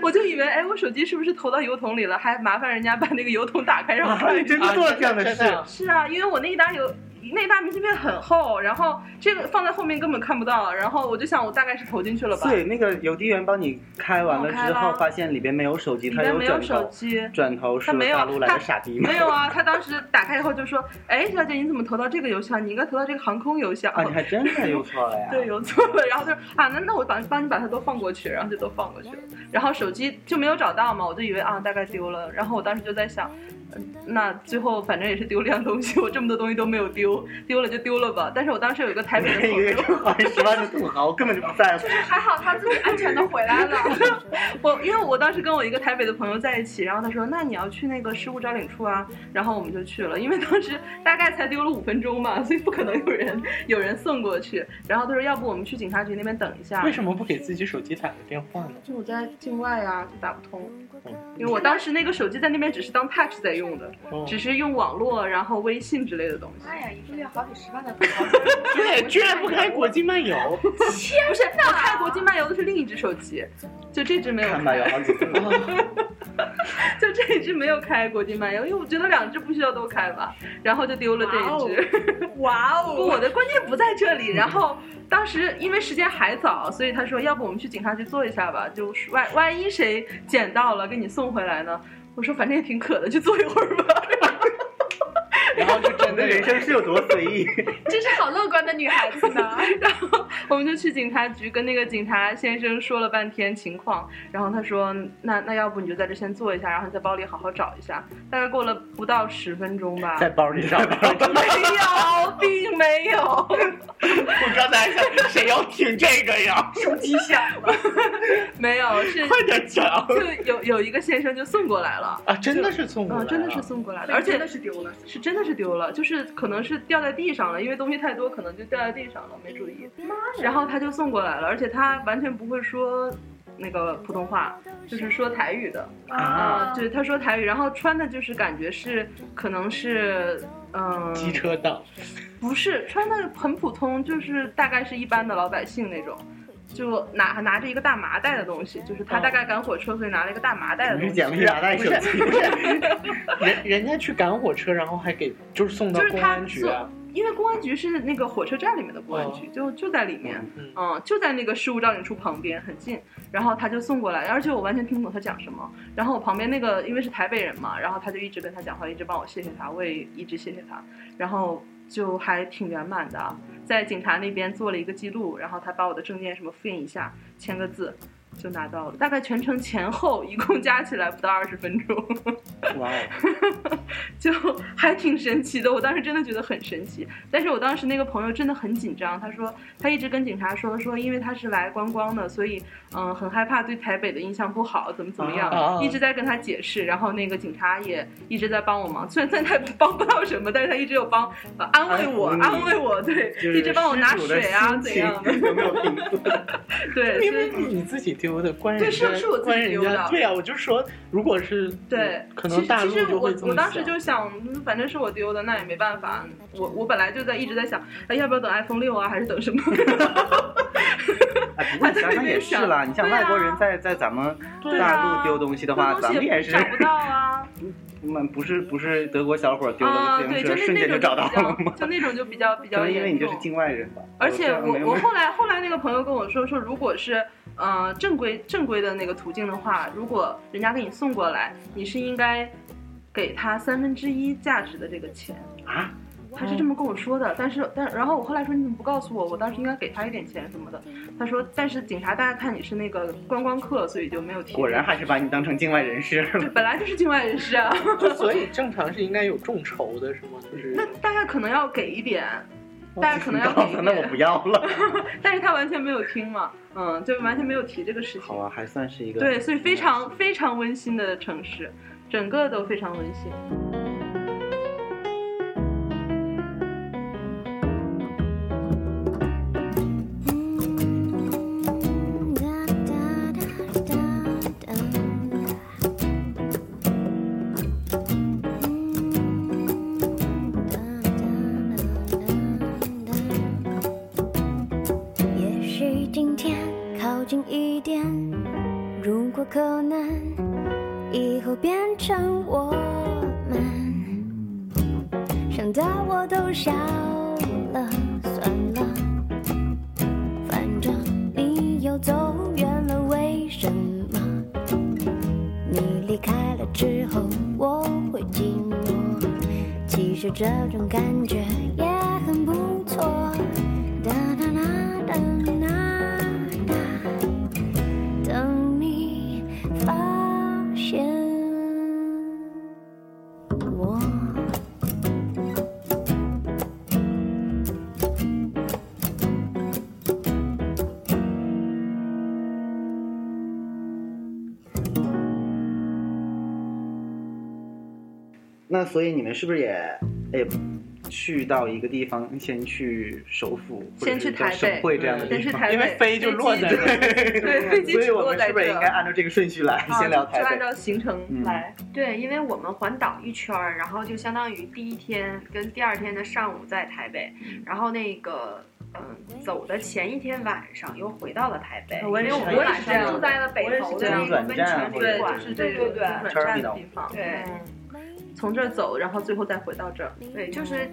Speaker 4: 我就以为，哎，我手机是不是投到油桶里了？还麻烦人家把那个油桶打开让我看
Speaker 2: 啊你
Speaker 4: 一下。
Speaker 2: 真的做了这样的
Speaker 1: 啊真
Speaker 2: 事，
Speaker 1: 的
Speaker 4: 是啊，因为我那一沓油，那一沓明信片很厚，然后这个放在后面根本看不到，然后我就想，我大概是投进去了吧。
Speaker 2: 对，那个邮递员帮你开完了之
Speaker 4: 帮我开
Speaker 2: 后，
Speaker 4: 了
Speaker 2: 发现里边没有手机，
Speaker 4: 里
Speaker 2: 他
Speaker 4: 边没有
Speaker 2: 转
Speaker 4: 手
Speaker 2: 头，
Speaker 4: 机。
Speaker 2: 转头是
Speaker 4: 他没有
Speaker 2: 大陆来的傻逼吗
Speaker 4: 没？有啊，他当时打开以后就说：“哎，小姐，你怎么投到这个邮箱？你应该投到这个航空邮箱。
Speaker 2: 啊，你还真的有错了呀！
Speaker 4: 对，有错了。然后就说啊，那那我帮帮你把它都放过去，然后就都放过去了。然后手机就没有找到嘛，我就以为啊大概丢了。然后我当时就在想，嗯那最后反正也是丢了样东西，我这么多东西都没有丢，丢了就丢了吧。但是我当时有一个 台北的
Speaker 2: 一个
Speaker 4: 朋
Speaker 2: 月
Speaker 4: 友，
Speaker 2: 挣好几十万的土豪根本就不在乎。
Speaker 3: 还好他自己安全的回来了。
Speaker 4: 我因为我当时跟我一个台北的朋友在一起，然后他说那你要去那个失物招领处啊，然后我们就去了，因为当时大概才丢了五分钟嘛，所以不可能有人有人送过去。然后他说要不我们去警察局那边等一下，
Speaker 1: 为什么不给自己手机打个电话呢？
Speaker 4: 就我在境外呀、就打不通
Speaker 1: 嗯，
Speaker 4: 因为我当时那个手机在那边只是当 touch 在用的，
Speaker 1: 哦
Speaker 4: 只是用网络，然后微信之类的东 西。
Speaker 3: 妈呀，一个月好几十万的土豪，对
Speaker 1: 对，居然不开国际漫游，
Speaker 4: 不是，我开国际漫游的是另一只手机，就这只没有
Speaker 2: 看吧，有
Speaker 4: 开，
Speaker 2: 好几个。
Speaker 4: 就这一只没有开国际漫游，因为我觉得两只不需要都开吧，然后就丢了这一只。
Speaker 3: 哇
Speaker 4: 不，
Speaker 3: 哦！
Speaker 4: 我的关键不在这里。然后当时因为时间还早，所以他说要不我们去警察局做一下吧，就是万万一谁捡到了给你送回来呢？我说反正也挺渴的，去坐一会儿吧。
Speaker 1: 然后就真
Speaker 2: 你
Speaker 1: 的
Speaker 2: 的人生是有多随意？
Speaker 3: 真是好乐观的女孩子 呢。
Speaker 4: 然后我们就去警察局跟那个警察先生说了半天情况，然后他说那那要不你就在这先坐一下，然后你在包里好好找一下。大概过了不到十分钟吧。
Speaker 1: 在包里找。
Speaker 4: 没有，并没有。
Speaker 1: 我刚才想，谁要听这个呀？
Speaker 3: 手机响了，
Speaker 4: 没有，是
Speaker 1: 快点讲
Speaker 4: 就有有一个先生就送过来了，
Speaker 1: 啊！真的是送过来
Speaker 4: 嗯，
Speaker 1: 了
Speaker 4: 真的是送过来了，
Speaker 3: 而
Speaker 4: 而
Speaker 3: 且
Speaker 4: 且
Speaker 3: 真的是丢了。
Speaker 4: 是真的是丢了，就是可能是掉在地上了，因为东西太多，可能就掉在地上了，没注意。然后他就送过来了，而且他完全不会说那个普通话，就是说台语的 啊，对，他说台语，然后穿的就是感觉是可能是嗯，
Speaker 1: 机车党，
Speaker 4: 不是穿的很普通，就是大概是一般的老百姓那种。就拿还拿着一个大麻袋的东西，就是他
Speaker 1: 哦
Speaker 4: 大概赶火车，所以拿了一个大麻袋的
Speaker 2: 你
Speaker 4: 东
Speaker 2: 是
Speaker 4: 西。
Speaker 2: 捡了一麻袋
Speaker 1: 不
Speaker 2: 手
Speaker 1: 是
Speaker 2: 机？
Speaker 1: 不是， 人人家去赶火车，然后还给就是送到
Speaker 4: 就是
Speaker 1: 公
Speaker 4: 他
Speaker 1: 安局
Speaker 4: 做
Speaker 1: 啊，
Speaker 4: 因为公安局是那个火车站里面的公安局，就就在里面，
Speaker 1: 哦嗯
Speaker 4: 嗯，就在那个事务招领处旁边，很近。然后他就送过来，而且我完全听不懂他讲什么。然后我旁边那个因为是台北人嘛，然后他就一直跟他讲话，一直帮我谢谢他，我也一直谢谢他。然后就还挺圆满的啊，在警察那边做了一个记录，然后他把我的证件什么复印一下，签个字。就拿到了，大概全程前后一共加起来不到二十分钟，
Speaker 2: 哇哦！
Speaker 4: 就还挺神奇的。我当时真的觉得很神奇，但是我当时那个朋友真的很紧张，他说他一直跟警察说说，因为他是来观光的，所以嗯、很害怕对台北的印象不好，怎么怎么样，
Speaker 1: 啊啊啊
Speaker 4: 一直在跟他解释。然后那个警察也一直在帮我忙，虽然虽然他也帮不到什么，但是他一直有帮、呃安慰我，
Speaker 2: 安抚你
Speaker 4: 安慰我，对，
Speaker 2: 就是
Speaker 4: 一直帮我拿水啊
Speaker 2: 失主的心
Speaker 4: 怎
Speaker 2: 情
Speaker 4: 样的，
Speaker 2: 有没有平复？
Speaker 4: 对，
Speaker 1: 因
Speaker 4: 所以
Speaker 1: 为你自己丢的，关人
Speaker 4: 对
Speaker 1: 家，
Speaker 4: 是是我自己
Speaker 1: 关人
Speaker 4: 丢的
Speaker 1: 家，对啊呀、我就说，如果是
Speaker 4: 对，
Speaker 2: 嗯
Speaker 1: 可能大陆
Speaker 4: 其实其实
Speaker 1: 就
Speaker 4: 我
Speaker 1: 会这么
Speaker 4: 我当时
Speaker 1: 想
Speaker 4: 就想，嗯反正是我丢的，那也没办法。我我本来就在一直在想，哎，要不要等 iPhone 六啊，还是 等什么？
Speaker 2: 哎，不过你想想也是啦，你像外国人在在咱们
Speaker 4: 啊对啊
Speaker 2: 大陆丢东西的话，
Speaker 4: 这
Speaker 2: 咱
Speaker 4: 东
Speaker 2: 们
Speaker 4: 西
Speaker 2: 也
Speaker 4: 也
Speaker 2: 是
Speaker 4: 找，不到啊。
Speaker 2: 我们不是不是德国小伙丢了
Speaker 4: 啊，
Speaker 2: 个自
Speaker 4: 对，
Speaker 2: 行
Speaker 4: 就
Speaker 2: 车，
Speaker 4: 那
Speaker 2: 瞬
Speaker 4: 那
Speaker 2: 间
Speaker 4: 种
Speaker 2: 找到
Speaker 4: 比较
Speaker 2: 了吗？
Speaker 4: 就那种就比较比
Speaker 2: 可
Speaker 4: 较
Speaker 2: 能因为你
Speaker 4: 严
Speaker 2: 就是
Speaker 4: 重。
Speaker 2: 境外人吧。
Speaker 4: 而且
Speaker 2: 哦这样没
Speaker 4: 我
Speaker 2: 有
Speaker 4: 我后来后来那个朋友跟我说说，如果是呃正规正规的那个途径的话，如果人家给你送过来，你是应该给他三分之一价值的这个钱。
Speaker 2: 啊，
Speaker 4: 他是这么跟我说的，但是但然后我后来说你怎么不告诉我？我当时应该给他一点钱什么的。他说，但是警察大家看你是那个观光客，所以就没有提。
Speaker 2: 果然还是把你当成境外人士了。
Speaker 4: 对，本来就是境外人士啊。
Speaker 1: 就所以正常是应该有众筹的，是吗？就是
Speaker 4: 那大家可能要给一点，大家可能要
Speaker 2: 告
Speaker 4: 给
Speaker 2: 诉
Speaker 4: 一
Speaker 2: 他那我
Speaker 4: 点，
Speaker 2: 不要了。
Speaker 4: 但是他完全没有听嘛，嗯，就完全没有提这个事
Speaker 2: 好
Speaker 4: 情。
Speaker 2: 啊，还算是一个
Speaker 4: 对，所以
Speaker 1: 嗯
Speaker 4: 非常非常温馨的城市，整个都非常温馨。
Speaker 6: 也许今天靠近一点，如果可能，以后变成我们。想到我都笑了，算了，反正你又走远了，为什么？你离开了之后，我会寂寞。其实这种感觉也很不错。哒哒哒哒哒哒，等你发现我。
Speaker 2: 那所以你们是不是也也去到一个地方，先去首府，或者
Speaker 4: 先去
Speaker 2: 是叫
Speaker 4: 台北嗯
Speaker 2: 省会这样的
Speaker 4: 先
Speaker 2: 地
Speaker 4: 去
Speaker 2: 方？
Speaker 4: 台北，
Speaker 1: 因为飞就落在
Speaker 4: 飞
Speaker 1: 这儿
Speaker 4: 机啊对飞机
Speaker 2: 所以
Speaker 4: 只
Speaker 2: 我
Speaker 4: 落
Speaker 2: 们是
Speaker 4: 在
Speaker 2: 不是
Speaker 4: 这
Speaker 2: 也应该按照这个顺序来？
Speaker 4: 啊
Speaker 2: 先聊
Speaker 4: 就
Speaker 2: 台 北。
Speaker 4: 按照行
Speaker 1: 嗯
Speaker 4: 程来。
Speaker 3: 对，因为我们环岛一圈儿，然后就相当于第一天跟第二天的上午在台北，然后那个嗯走的前一天晚上又回到了台北，因
Speaker 4: 哎我也
Speaker 3: 为
Speaker 4: 是
Speaker 3: 我们
Speaker 4: 我也
Speaker 3: 晚
Speaker 4: 是这
Speaker 3: 上
Speaker 4: 样
Speaker 3: 住在了北头的那个温泉
Speaker 2: 中
Speaker 4: 对，
Speaker 3: 旅馆
Speaker 4: 啊就，是这
Speaker 3: 对
Speaker 4: 个
Speaker 3: 对
Speaker 4: 转站的地方。
Speaker 3: 对
Speaker 4: 嗯，从这儿走，然后最后再回到这儿。
Speaker 3: 对，就是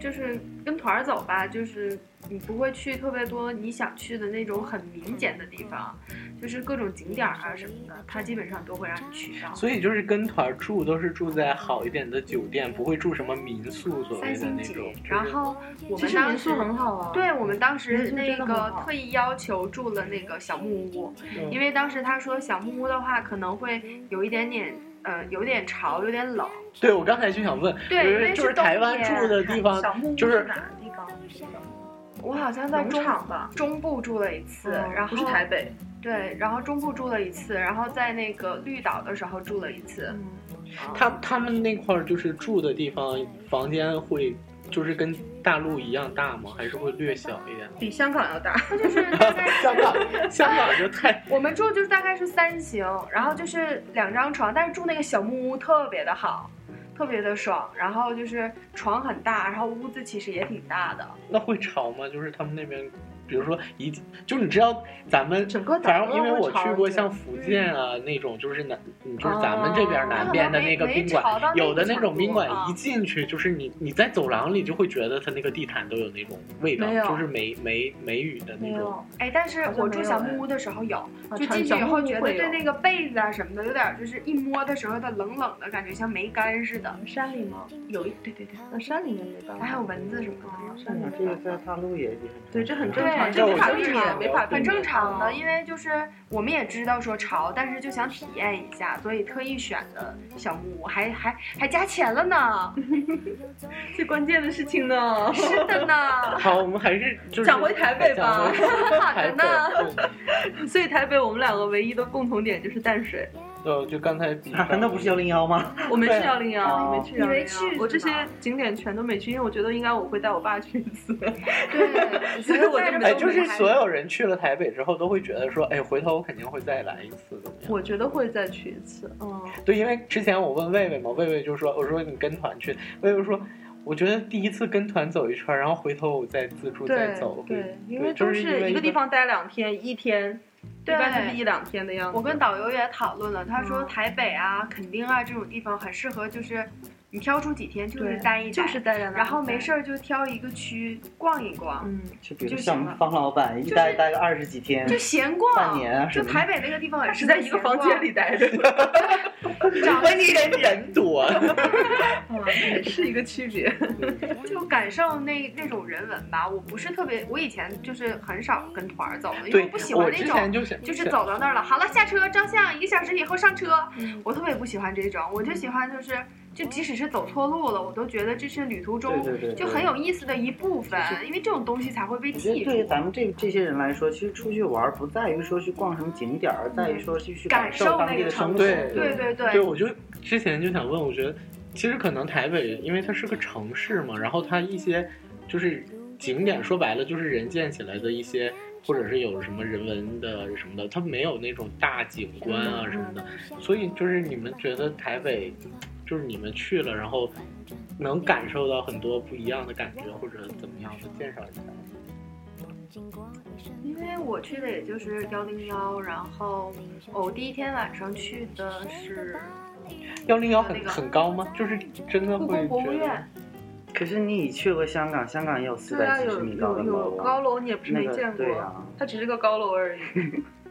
Speaker 3: 就是跟团儿走吧，就是你不会去特别多你想去的那种很民间的地方，就是各种景点儿啊什么的，它基本上都会让你去到。
Speaker 1: 所以就是跟团住都是住在好一点的酒店，不会住什么民宿所谓
Speaker 3: 三
Speaker 1: 的那
Speaker 3: 星级
Speaker 1: 种。，
Speaker 3: 然后我
Speaker 4: 其
Speaker 3: 们
Speaker 4: 实
Speaker 3: 当
Speaker 4: 民
Speaker 3: 时
Speaker 4: 宿很好啊。
Speaker 3: 对我们当
Speaker 4: 民
Speaker 3: 时
Speaker 4: 宿
Speaker 3: 那
Speaker 4: 真的很
Speaker 3: 个
Speaker 4: 好
Speaker 3: 特意要求住了那个小木屋，
Speaker 1: 嗯
Speaker 3: 因为当时他说小木屋的话可能会有一点点呃有点潮，有点冷。
Speaker 1: 对我刚才就想问，
Speaker 3: 对
Speaker 1: 就
Speaker 3: 因为
Speaker 1: 是
Speaker 3: 是
Speaker 1: 就是
Speaker 3: 冬
Speaker 1: 台湾
Speaker 3: 天
Speaker 1: 住的地方
Speaker 4: 小木屋
Speaker 1: 呃就是
Speaker 4: 哪个地方？
Speaker 3: 我好像在
Speaker 4: 农
Speaker 3: 中
Speaker 4: 场吧。
Speaker 3: 中部住了一次，然后
Speaker 4: 哦不是台北，
Speaker 3: 对，然后中部住了一次，然后在那个绿岛的时候住了一次。
Speaker 4: 嗯
Speaker 1: 他他们那块儿就是住的地方，房间会就是跟大陆一样大吗？还是会略小一 点？
Speaker 4: 比香港要大。
Speaker 3: 他就是大概
Speaker 1: 香港，香港就太
Speaker 3: 我们住就是大概是三星，然后就是两张床，但是住那个小木屋特别的好，特别的爽。然后就是床很大，然后屋子其实也挺大的。
Speaker 1: 那会吵吗？就是他们那边，比如说一，就是你知道咱们
Speaker 4: 整个岛
Speaker 1: 反正因为
Speaker 4: 都会
Speaker 1: 我
Speaker 4: 吵
Speaker 1: 去过
Speaker 4: 对
Speaker 1: 像福建啊那种，就是南，嗯就是咱们这边南边的那个宾
Speaker 3: 哦那可能没没吵到
Speaker 1: 馆，
Speaker 3: 那个
Speaker 1: 有的那种宾馆
Speaker 3: 程度啊
Speaker 1: 一进去就是你你在走廊里就会觉得它那个地毯都有那种味道
Speaker 4: 没，有
Speaker 1: 就是梅梅梅雨的那种。，
Speaker 3: 哎，但是
Speaker 4: 好像
Speaker 3: 我
Speaker 4: 没
Speaker 3: 住
Speaker 4: 有
Speaker 3: 小
Speaker 4: 哎
Speaker 3: 木屋的时候有，
Speaker 4: 啊
Speaker 3: 就
Speaker 4: 传
Speaker 3: 进去
Speaker 4: 小
Speaker 3: 以
Speaker 4: 木
Speaker 3: 后
Speaker 4: 屋
Speaker 3: 觉得
Speaker 4: 会
Speaker 3: 对
Speaker 4: 有
Speaker 3: 那个被子啊什么的，有点儿就是一摸的时候它冷冷的感觉，像梅干似的。
Speaker 4: 山里吗？
Speaker 3: 有一对对对，
Speaker 4: 那山里面没办法。
Speaker 3: 还有蚊子什么的。
Speaker 4: 山里面
Speaker 2: 嗯这
Speaker 4: 没
Speaker 2: 个
Speaker 4: 办
Speaker 2: 在
Speaker 4: 法。
Speaker 2: 大陆也也
Speaker 4: 对，这很正常，
Speaker 3: 对
Speaker 4: 这
Speaker 3: 这
Speaker 4: 没法
Speaker 3: 很
Speaker 4: 避
Speaker 3: 正
Speaker 4: 免，
Speaker 3: 常
Speaker 4: 没法避免
Speaker 3: 很正常的，
Speaker 4: 嗯
Speaker 3: 因为就是我们也知道说潮，但是就想体验一下，所以特意选的小木屋，还还还加钱了呢。
Speaker 4: 最关键的事情呢。
Speaker 3: 是的呢，
Speaker 1: 好，我们还是就是
Speaker 4: 讲回台北吧
Speaker 1: 讲回台
Speaker 4: 的
Speaker 1: 北嗯
Speaker 4: 呢。 所以台北我们两个唯一的共同点就是淡水。
Speaker 1: 对，就刚才比
Speaker 2: 啊，难道不是幺零幺吗？
Speaker 4: 我没
Speaker 1: 对
Speaker 4: 去幺零幺，
Speaker 2: 哦
Speaker 4: 没去幺
Speaker 3: 你
Speaker 4: 零
Speaker 3: 没去是
Speaker 4: 幺，
Speaker 3: 吗
Speaker 4: 我这些景点全都没去，因为我觉得应该我会带我爸去一次。
Speaker 3: 对，
Speaker 4: 所以我就
Speaker 3: 觉得
Speaker 1: 哎，
Speaker 3: 带着父
Speaker 1: 就
Speaker 3: 母
Speaker 1: 是
Speaker 3: 还
Speaker 1: 所有人去了台北之后，都会觉得说，哎，回头我肯定会再来一次，怎么样？
Speaker 4: 我觉得会再去一次，嗯，
Speaker 1: 对，因为之前我问魏魏嘛，魏魏就说，我说你跟团去，魏魏说，我觉得第一次跟团走一圈，然后回头我再自助再
Speaker 4: 对
Speaker 1: 走。
Speaker 4: 对，因为
Speaker 1: 就
Speaker 4: 都
Speaker 1: 是因为
Speaker 4: 是一
Speaker 1: 一
Speaker 4: 个
Speaker 1: 个
Speaker 4: 地方待两天，一天，一
Speaker 3: 对
Speaker 4: 般就是一两天的样子。
Speaker 3: 我跟导游也讨论了，他说
Speaker 4: 嗯
Speaker 3: 台北啊、垦丁啊这种地方很适合，就是你挑出几天就是
Speaker 4: 对
Speaker 3: 待一待，
Speaker 4: 就是待在那，
Speaker 3: 然后没事，儿就挑一个区逛一逛，
Speaker 4: 嗯，
Speaker 2: 就比如
Speaker 3: 就行
Speaker 2: 像
Speaker 3: 了
Speaker 2: 方老板一待
Speaker 3: 是
Speaker 2: 待个二十几天
Speaker 3: 就，闲
Speaker 2: 半
Speaker 3: 逛。
Speaker 2: 年啊什么
Speaker 3: 就
Speaker 2: 的。
Speaker 3: 台北那个地方也
Speaker 4: 只在一个房间里待着，
Speaker 3: 长
Speaker 1: 关键人人多，
Speaker 4: 嗯，也是一个区别。
Speaker 3: 就感受那那种人文吧。我不是特别，我以前就是很少跟团儿走的，因为
Speaker 1: 对
Speaker 3: 我不喜，欢
Speaker 1: 我
Speaker 3: 那
Speaker 1: 之
Speaker 3: 种
Speaker 1: 前就想
Speaker 3: 就是走到那儿了，好了下车照相，一个小时以后上车。我特别不喜欢这种，我就喜欢就是。就即使是走错路了，我都觉得这是旅途中
Speaker 2: 对对对对
Speaker 3: 就很有意思的一部分，因为这种东西才会被
Speaker 2: 我觉得
Speaker 3: 记
Speaker 2: 对于
Speaker 3: 住。
Speaker 2: 咱们这这些人来说，其实出去玩儿不在于说去逛什么景点儿，而
Speaker 4: 嗯
Speaker 2: 在于说去去
Speaker 3: 感
Speaker 2: 感受
Speaker 3: 受
Speaker 2: 当
Speaker 3: 那
Speaker 2: 地
Speaker 3: 个
Speaker 2: 的
Speaker 3: 城
Speaker 2: 生活。
Speaker 1: 对
Speaker 3: 对对
Speaker 1: 对，
Speaker 3: 对，
Speaker 1: 我就之前就想问，我觉得其实可能台北，因为它是个城市嘛，然后它一些就是景点，说白了就是人建起来的一些，或者是有什么人文的什么的，它没有那种大景观啊什么的，所以就是你们觉得台北，就是你们去了，然后能感受到很多不一样的感觉，或者怎么样的，介绍一下。
Speaker 3: 因为我去的也就是幺零幺，然后我第一天晚上去的是
Speaker 1: 幺零幺
Speaker 3: 那
Speaker 1: 很
Speaker 3: 个
Speaker 1: 很高吗？就是真的
Speaker 3: 故
Speaker 1: 会
Speaker 3: 宫博物
Speaker 1: 觉得
Speaker 3: 院，
Speaker 2: 可是你已去过香港，香港也有四
Speaker 4: 对啊，
Speaker 2: 百七
Speaker 4: 有
Speaker 2: 十米高
Speaker 4: 有
Speaker 2: 的
Speaker 4: 有
Speaker 2: 楼
Speaker 4: 高
Speaker 2: 啊，
Speaker 4: 楼，你也不是
Speaker 2: 那
Speaker 4: 没
Speaker 2: 个
Speaker 4: 见过
Speaker 2: 对，啊。
Speaker 4: 它只是个高楼 而已。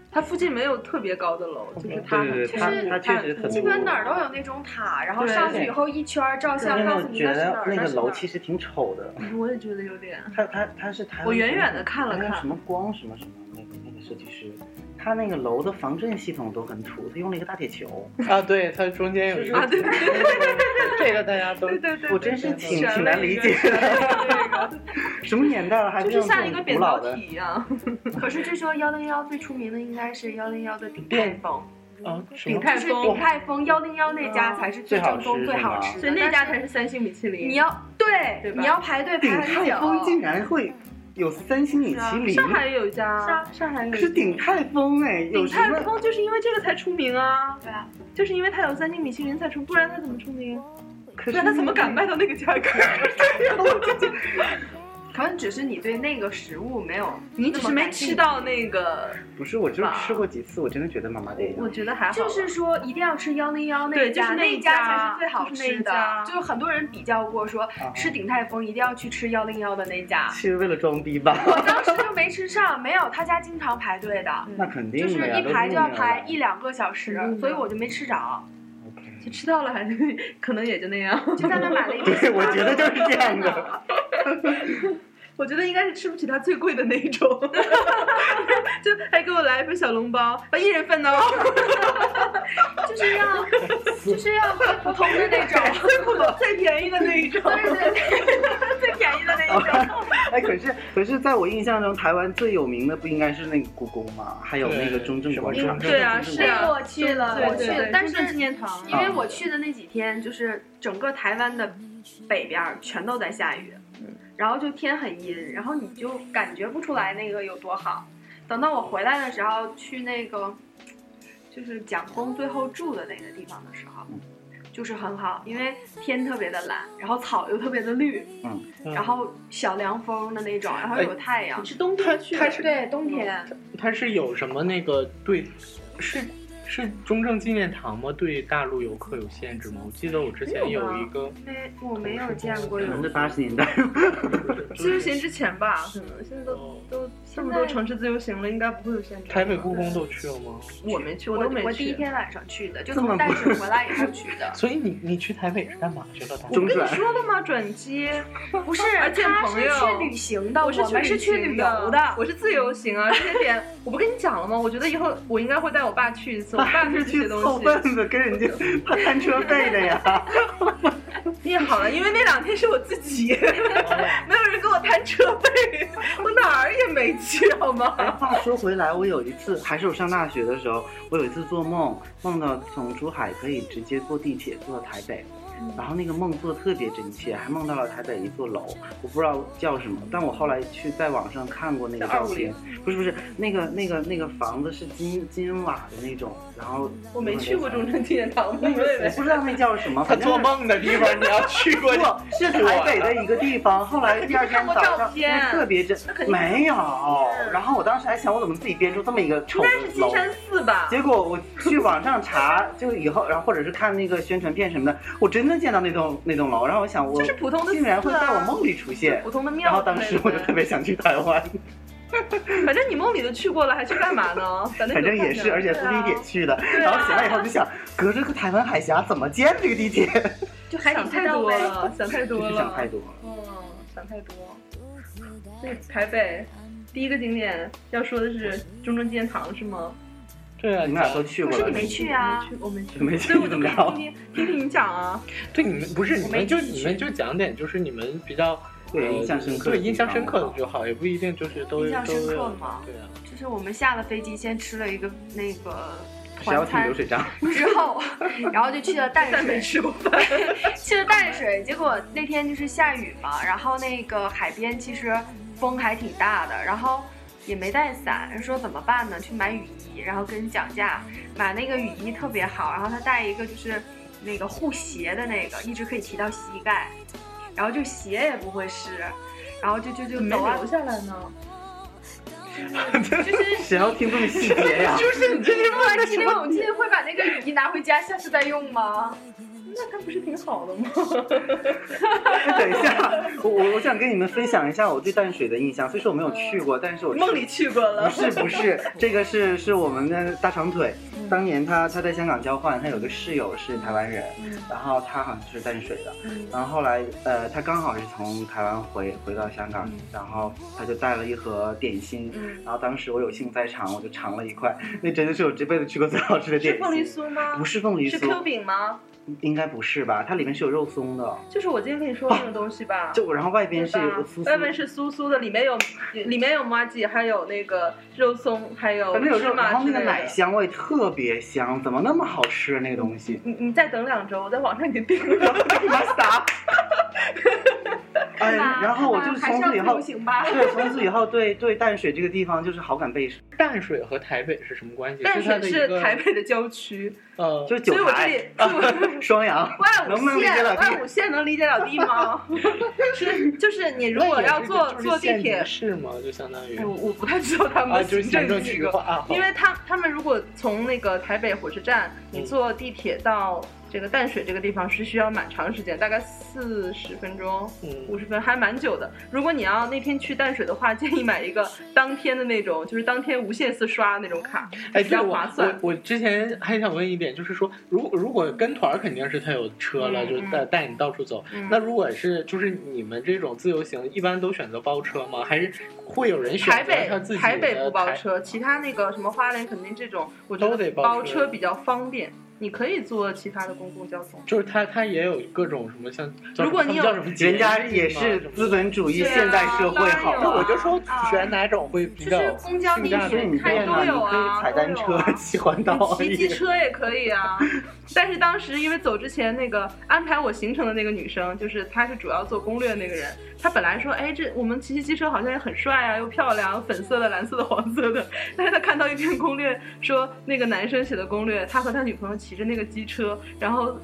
Speaker 4: 它附近没有特别高的楼，就是它
Speaker 2: 对对
Speaker 4: 很
Speaker 2: 对，
Speaker 3: 就是
Speaker 2: 它它确实
Speaker 4: 很
Speaker 2: 很
Speaker 3: 基本哪儿
Speaker 2: 多。
Speaker 3: 都有那种塔，然后
Speaker 4: 对
Speaker 3: 上去以后一圈儿照
Speaker 2: 因
Speaker 3: 相，
Speaker 2: 为
Speaker 3: 告
Speaker 2: 我
Speaker 3: 诉你
Speaker 2: 觉
Speaker 3: 那是哪
Speaker 2: 得
Speaker 3: 儿，
Speaker 2: 那个
Speaker 3: 是
Speaker 2: 楼
Speaker 3: 哪儿
Speaker 2: 其实挺丑 的，
Speaker 4: 我也觉 得有点。
Speaker 2: 它它它是台湾
Speaker 4: 我远远地看了
Speaker 2: 那个
Speaker 4: 看
Speaker 2: 什么光什么什么那个那个设计师，他那个楼的防震系统都很土，他用了一个大铁 球。
Speaker 1: 啊，对，它中间有一个
Speaker 4: 啊，对对对
Speaker 1: 这个大家都
Speaker 4: 对对对，
Speaker 2: 我真是
Speaker 4: 对
Speaker 2: 挺
Speaker 4: 选了
Speaker 2: 挺难
Speaker 4: 一
Speaker 2: 理
Speaker 4: 个
Speaker 2: 解
Speaker 4: 选了
Speaker 2: 什么年代了还
Speaker 4: 一个就
Speaker 2: 用
Speaker 4: 是
Speaker 2: 这
Speaker 4: 像一个
Speaker 2: 种
Speaker 4: 扁
Speaker 2: 古老
Speaker 4: 桃
Speaker 2: 的？
Speaker 4: 体一样。
Speaker 3: 可是据说幺零幺最出名的应该是幺零幺的鼎泰丰，
Speaker 1: 啊，什
Speaker 4: 鼎
Speaker 1: 么？
Speaker 4: 泰
Speaker 3: 就是
Speaker 4: 丰
Speaker 3: 鼎泰丰幺零幺那家才是最正宗、
Speaker 2: 最
Speaker 3: 最
Speaker 2: 好
Speaker 3: 好
Speaker 2: 吃
Speaker 3: 吃
Speaker 4: 所
Speaker 3: 的，
Speaker 4: 以那家
Speaker 3: 但
Speaker 4: 才
Speaker 3: 是
Speaker 4: 是三星米其林。
Speaker 3: 你要
Speaker 4: 对
Speaker 3: 对，
Speaker 4: 吧
Speaker 3: 你要排队
Speaker 2: 鼎
Speaker 3: 排很
Speaker 2: 泰丰竟
Speaker 3: 久。
Speaker 2: 然会有三星米其林，
Speaker 4: 啊上海也有一家
Speaker 3: 是
Speaker 4: 啊，
Speaker 3: 啊
Speaker 4: 上海有一
Speaker 2: 可
Speaker 4: 家
Speaker 2: 是鼎泰丰哎，有
Speaker 4: 鼎
Speaker 2: 什
Speaker 4: 泰
Speaker 2: 么？
Speaker 4: 丰就是因为这个才出名啊，
Speaker 3: 对啊，
Speaker 4: 就是因为它有三星米其林才出，不然它怎么出名？
Speaker 2: 可
Speaker 4: 不
Speaker 2: 是
Speaker 4: 然它怎么敢卖到那个价格？
Speaker 3: 可能只是你对那个食物没有，
Speaker 4: 你只是没吃到那个，
Speaker 2: 不是，我就是吃过几次，我真的觉得妈妈得。
Speaker 4: 我觉得还好。
Speaker 3: 就是说一定要吃幺零幺
Speaker 4: 对
Speaker 3: 那
Speaker 4: 就是
Speaker 3: 家，
Speaker 4: 那一
Speaker 3: 那嗯才
Speaker 4: 家
Speaker 3: 是最好
Speaker 4: 就是那一
Speaker 3: 吃
Speaker 4: 家
Speaker 3: 的。就是很多人比较过说
Speaker 2: 啊
Speaker 3: 吃鼎泰丰一定要去吃幺零幺的那 家，
Speaker 2: 是为了装逼吧？
Speaker 3: 我当时就没吃上，没有他家经常排队的。
Speaker 2: 那肯定
Speaker 3: 就是
Speaker 2: 的呀，
Speaker 3: 一
Speaker 2: 都
Speaker 3: 排就要
Speaker 2: 腻了
Speaker 3: 排一两个小时
Speaker 4: 嗯，
Speaker 3: 所以我就没吃着，
Speaker 4: 就吃到了，还是可能也就那样。
Speaker 3: 就在那买了 一
Speaker 2: 对，
Speaker 3: 杯。
Speaker 2: 我觉得就是这样的。
Speaker 4: 我觉得应该是吃不起它最贵的那一种， 就还给我来一份小笼包，啊，一人份哦，
Speaker 3: 就是要就是要最普通的那种，
Speaker 4: 最贵的最便宜的那 一种。
Speaker 3: 对对对，最便宜的那一种。
Speaker 2: 哎，可是可是，在我印象中，台湾最有名的不应该是那个故宫吗？还有那个中正广场。
Speaker 1: 对
Speaker 4: 啊
Speaker 2: 中
Speaker 4: 是
Speaker 2: 正广场
Speaker 3: 那
Speaker 4: 啊嗯
Speaker 3: 个我去了，
Speaker 4: 对
Speaker 3: 我
Speaker 4: 对
Speaker 3: 去
Speaker 4: 对
Speaker 3: 了，但是
Speaker 4: 中正纪念堂
Speaker 3: 因为我去的那几天，就是整个台湾的北边儿全都在下雨，然后就天很阴，然后你就感觉不出来那个有多好。等到我回来的时候，去那个就是蒋公最后住的那个地方的时候。就是很好，因为天特别的蓝，然后草又特别的绿，
Speaker 1: 嗯
Speaker 3: 然后小凉风的那种，然后有太阳。
Speaker 4: 是冬天哎去
Speaker 1: 它是
Speaker 3: 对，冬天
Speaker 4: 嗯
Speaker 1: 它是有什么那个对，是是中正纪念堂吗？对大陆游客有限制吗？我记得我之前
Speaker 4: 没有吧
Speaker 1: 有一 个，
Speaker 3: 没我没有见过
Speaker 2: 可能
Speaker 3: 有
Speaker 4: 嗯
Speaker 2: 是八十年代，
Speaker 4: 自由行之前吧，可能现在都
Speaker 3: 哦
Speaker 1: 呃
Speaker 4: 都这么多城市自由行了，应该不会有限制。
Speaker 1: 台北故宫都去了吗？。
Speaker 4: 我没去，
Speaker 3: 我
Speaker 4: 都没去。
Speaker 3: 我第一天晚上去的，就
Speaker 2: 这么
Speaker 3: 从淡水回来以后去的
Speaker 1: 所以你你去台北是干嘛去了？大
Speaker 2: 中
Speaker 4: 跟你
Speaker 2: 转
Speaker 4: 说了吗？转机，
Speaker 3: 不是，
Speaker 4: 而且
Speaker 3: 他
Speaker 4: 朋
Speaker 3: 是
Speaker 4: 友
Speaker 3: 去旅行啊的，我
Speaker 4: 是
Speaker 3: 们是去
Speaker 4: 旅
Speaker 3: 旅
Speaker 4: 行
Speaker 3: 游
Speaker 4: 的，我是自由行啊。这些点 我不跟你讲了吗？我觉得以后我应该会带我爸去一次，我 爸
Speaker 2: 他
Speaker 4: 对
Speaker 2: 是
Speaker 4: 这些
Speaker 2: 去
Speaker 4: 东
Speaker 2: 凑
Speaker 4: 西。
Speaker 2: 份子，跟人家 他摊车费的呀。
Speaker 4: 也好了，因为那两天是我自 己， 没有人跟我谈车费，我哪儿也没去，好
Speaker 2: 哎，
Speaker 4: 吗？
Speaker 2: 话说回来，我有一次还是我上大学的时候，我有一次做梦，梦到从珠海可以直接坐地铁坐到台北，
Speaker 4: 嗯
Speaker 2: 然后那个梦做得特别真切，还梦到了台北一座楼，我不知道叫什么，但我后来去在网上看过那个
Speaker 4: 叫
Speaker 2: 照
Speaker 4: 250
Speaker 2: 片，不是不是，那个那个那个房子是金金瓦的那种，然后
Speaker 4: 我没去过中
Speaker 2: 正，
Speaker 4: 正纪念堂，
Speaker 2: 那
Speaker 4: 我
Speaker 2: 个我不知道那叫什么，
Speaker 1: 他
Speaker 2: 反正
Speaker 1: 做梦的地方你要去过，
Speaker 2: 不是台北的一个地方，后 来第二天早
Speaker 4: 他
Speaker 2: 上
Speaker 4: 肯定是看过照片
Speaker 2: 那特别真
Speaker 4: 肯，定
Speaker 2: 没有。然后我当时还想，我怎么自己编出这么一个丑的
Speaker 4: 应该是金
Speaker 2: 楼？
Speaker 4: 山寺吧？
Speaker 2: 结果我去网上查，就以后，然后或者是看那个宣传片什么的，我真的见到那栋那栋楼，然后我想我
Speaker 4: 就是普通的
Speaker 2: 竟然会
Speaker 4: 寺啊
Speaker 2: 在我梦里出现
Speaker 4: 普，通的
Speaker 2: 然
Speaker 4: 庙
Speaker 2: 后
Speaker 4: 之类的。
Speaker 2: 当时我就特别想去台湾。
Speaker 4: 反正你梦里都去过了，还去干嘛呢？反正
Speaker 2: 反正
Speaker 4: 你都
Speaker 2: 也
Speaker 4: 看
Speaker 2: 是，
Speaker 4: 见
Speaker 2: 而且
Speaker 4: 了
Speaker 2: 坐
Speaker 4: 啊
Speaker 2: 地铁去的，然后醒来以后就想，隔着个台湾海峡怎么见这个地铁？
Speaker 3: 就海底
Speaker 4: 想
Speaker 3: 隧
Speaker 4: 太
Speaker 3: 道
Speaker 4: 多
Speaker 3: 呗。
Speaker 4: 了，想太
Speaker 2: 就
Speaker 4: 多
Speaker 2: 是
Speaker 4: 了，
Speaker 2: 想太多了。
Speaker 4: 嗯，想太多。所以台北第一个景点要说的是中正纪念堂是吗？
Speaker 1: 对啊，
Speaker 2: 你们俩都去
Speaker 3: 可
Speaker 2: 过
Speaker 3: 是
Speaker 2: 了，
Speaker 3: 你没去啊？
Speaker 4: 我没去，
Speaker 2: 没去
Speaker 4: 所以我就
Speaker 2: 怎么
Speaker 4: 可以
Speaker 2: 着
Speaker 4: 听听听听你讲啊。
Speaker 1: 对你们不是你
Speaker 3: 没
Speaker 1: 们就
Speaker 3: 进
Speaker 1: 你
Speaker 3: 去
Speaker 1: 们就讲点就是你们比较
Speaker 2: 对
Speaker 1: 呃
Speaker 2: 印象深刻的
Speaker 1: 对印象
Speaker 2: 地
Speaker 1: 深
Speaker 2: 方
Speaker 1: 刻的就好，也不一定就是都
Speaker 3: 印象
Speaker 1: 都
Speaker 3: 深刻
Speaker 1: 要
Speaker 3: 嘛
Speaker 1: 对啊，
Speaker 3: 就是我们下了飞机，先吃了一个那个
Speaker 2: 谁要
Speaker 3: 团
Speaker 2: 听
Speaker 3: 餐
Speaker 2: 流水账？
Speaker 3: 之后，然后就去了淡
Speaker 4: 但
Speaker 3: 水，
Speaker 4: 没吃过饭，
Speaker 3: 去了淡水，结果那天就是下雨嘛，然后那个海边其实风还挺大的，然后也没带伞，说怎么办呢？去买雨衣，然后跟人讲价，买那个雨衣特别好，然后他带一个就是那个护鞋的那个，一直可以提到膝盖，然后就鞋也不会湿，然后就就就走啊，
Speaker 4: 下来呢。
Speaker 3: 就是
Speaker 2: 谁要听这么细节 呀？
Speaker 1: 就是你这是
Speaker 3: 突然激流勇进，会把那个雨衣拿回家，下次再用吗？
Speaker 4: 那它不是挺好 的吗？
Speaker 2: 等一下，我我我想跟你们分享一下我对淡水的印象。虽说我没有去过，但是我
Speaker 4: 梦里去过
Speaker 2: 不
Speaker 4: 了，
Speaker 2: 是不是，这个是是我们的大长腿，
Speaker 4: 嗯
Speaker 2: 当年他他在香港交换，他有个室友是台湾人，
Speaker 4: 嗯
Speaker 2: 然后他好像是淡水的，然后后来呃他刚好是从台湾回回到香
Speaker 4: 嗯
Speaker 2: 港，然后他就带了一盒点心，然后当时我有幸在场，我就尝了一块， 那真的是我这辈子吃过最好吃的
Speaker 4: 是
Speaker 2: 点
Speaker 4: 凤梨
Speaker 2: 心。
Speaker 4: 酥吗？
Speaker 2: 不是凤梨
Speaker 4: 是 Q
Speaker 2: 酥，
Speaker 4: 饼吗？
Speaker 2: 应该不是吧？它里面是有肉松的，
Speaker 4: 就是我今天跟你说的那种东西吧。
Speaker 2: 就然后外边
Speaker 4: 对
Speaker 2: 是有
Speaker 4: 吧
Speaker 2: 个酥酥，
Speaker 4: 外面是酥酥的，里面有里面有麻吉，还有那个肉松，还有
Speaker 2: 反正有肉，
Speaker 4: 芝麻
Speaker 2: 然后
Speaker 4: 之
Speaker 2: 那
Speaker 4: 类
Speaker 2: 个
Speaker 4: 的
Speaker 2: 奶香味特别香，怎么那么好吃啊那个东西？
Speaker 4: 你你再等两周，我在网上给你订了。
Speaker 2: 你妈傻！哎，
Speaker 3: 吧
Speaker 2: 然后我就
Speaker 3: 还
Speaker 2: 从此
Speaker 3: 是要
Speaker 2: 以后
Speaker 3: 流，行吧。
Speaker 2: 对，从此以后对对淡水这个地方就是好感倍升，
Speaker 1: 淡水和台北是什么关系？
Speaker 4: 淡
Speaker 1: 它
Speaker 4: 水
Speaker 1: 的一
Speaker 4: 是
Speaker 1: 个
Speaker 4: 台北的郊区，
Speaker 1: 呃，
Speaker 2: 就是
Speaker 4: 所以
Speaker 2: 九
Speaker 4: 我这里
Speaker 2: 台、
Speaker 4: 所以我
Speaker 2: 双 阳，
Speaker 4: 万
Speaker 2: 啊能不能
Speaker 4: 五
Speaker 2: 理解
Speaker 4: 线，
Speaker 2: 老弟
Speaker 4: 万五线能理解老 弟吗？是，就是你如
Speaker 1: 那
Speaker 2: 哎
Speaker 4: 果
Speaker 1: 也
Speaker 4: 要
Speaker 1: 是
Speaker 4: 坐
Speaker 1: 就是
Speaker 4: 坐地
Speaker 1: 县级
Speaker 4: 铁，
Speaker 1: 市吗？就相当于
Speaker 4: 哎我我不太知道他
Speaker 1: 啊，
Speaker 4: 们
Speaker 1: 就是行
Speaker 4: 行
Speaker 1: 政
Speaker 4: 政
Speaker 1: 区
Speaker 4: 机构，
Speaker 1: 划啊，好
Speaker 4: 因为他他们如果从那个台北火车站，你
Speaker 1: 嗯
Speaker 4: 坐地铁到这个淡水这个地方是需要蛮长时间，大概四十分钟。五
Speaker 1: 嗯
Speaker 4: 十分还蛮久的。如果你要那天去淡水的话，建议买一个当天的那种，就是当天无限次刷那种卡，
Speaker 1: 哎，对
Speaker 4: 比较
Speaker 1: 我
Speaker 4: 划算
Speaker 1: 我。我之前还想问一点，就是说，如果如果跟团儿肯定是他有车了，
Speaker 4: 嗯
Speaker 1: 就带带你到处走。
Speaker 4: 嗯
Speaker 1: 那如果是就是你们这种自由行，一般都选择包车吗？还是会有人选
Speaker 4: 台
Speaker 1: 择他自
Speaker 4: 北
Speaker 1: 己
Speaker 4: 台北
Speaker 1: 的
Speaker 4: 不包
Speaker 1: 台？
Speaker 4: 车，其他那个什么花莲、垦丁这种，我觉
Speaker 1: 都得包
Speaker 4: 包
Speaker 1: 车
Speaker 4: 车比较方便，你可以坐其他的公共交通。
Speaker 1: 就是他他也有各种什么像，叫
Speaker 4: 如果
Speaker 1: 什么
Speaker 4: 你有
Speaker 1: 叫什么捷
Speaker 2: 人
Speaker 1: 运吗，
Speaker 2: 家也是资本主义
Speaker 4: 对啊
Speaker 2: 现代社会，好
Speaker 4: 当然
Speaker 1: 那
Speaker 4: 有
Speaker 1: 我
Speaker 2: 吗？
Speaker 1: 就说
Speaker 3: 啊
Speaker 1: 选哪种会比较
Speaker 4: 就是公交
Speaker 1: 性价
Speaker 4: 地
Speaker 1: 比
Speaker 2: 所以
Speaker 4: 铁
Speaker 2: 你看
Speaker 4: 看
Speaker 2: 呢，
Speaker 4: 都
Speaker 2: 你
Speaker 4: 有
Speaker 2: 可以
Speaker 4: 啊
Speaker 2: 踩单
Speaker 4: 都有
Speaker 2: 车
Speaker 4: 啊
Speaker 2: 骑环岛而
Speaker 4: 骑机
Speaker 2: 已。
Speaker 4: 车也可 以啊，但是当时因为走之前那个安排我行程的那个女生，就是她是主要做攻略的那个人，她本来说，哎，这我们骑骑机车好像也很帅啊，又漂亮，粉色的、蓝色的、黄色的，但是她看到一篇攻略说那个男生写的攻略，他和他女朋友骑着那个机车，然后。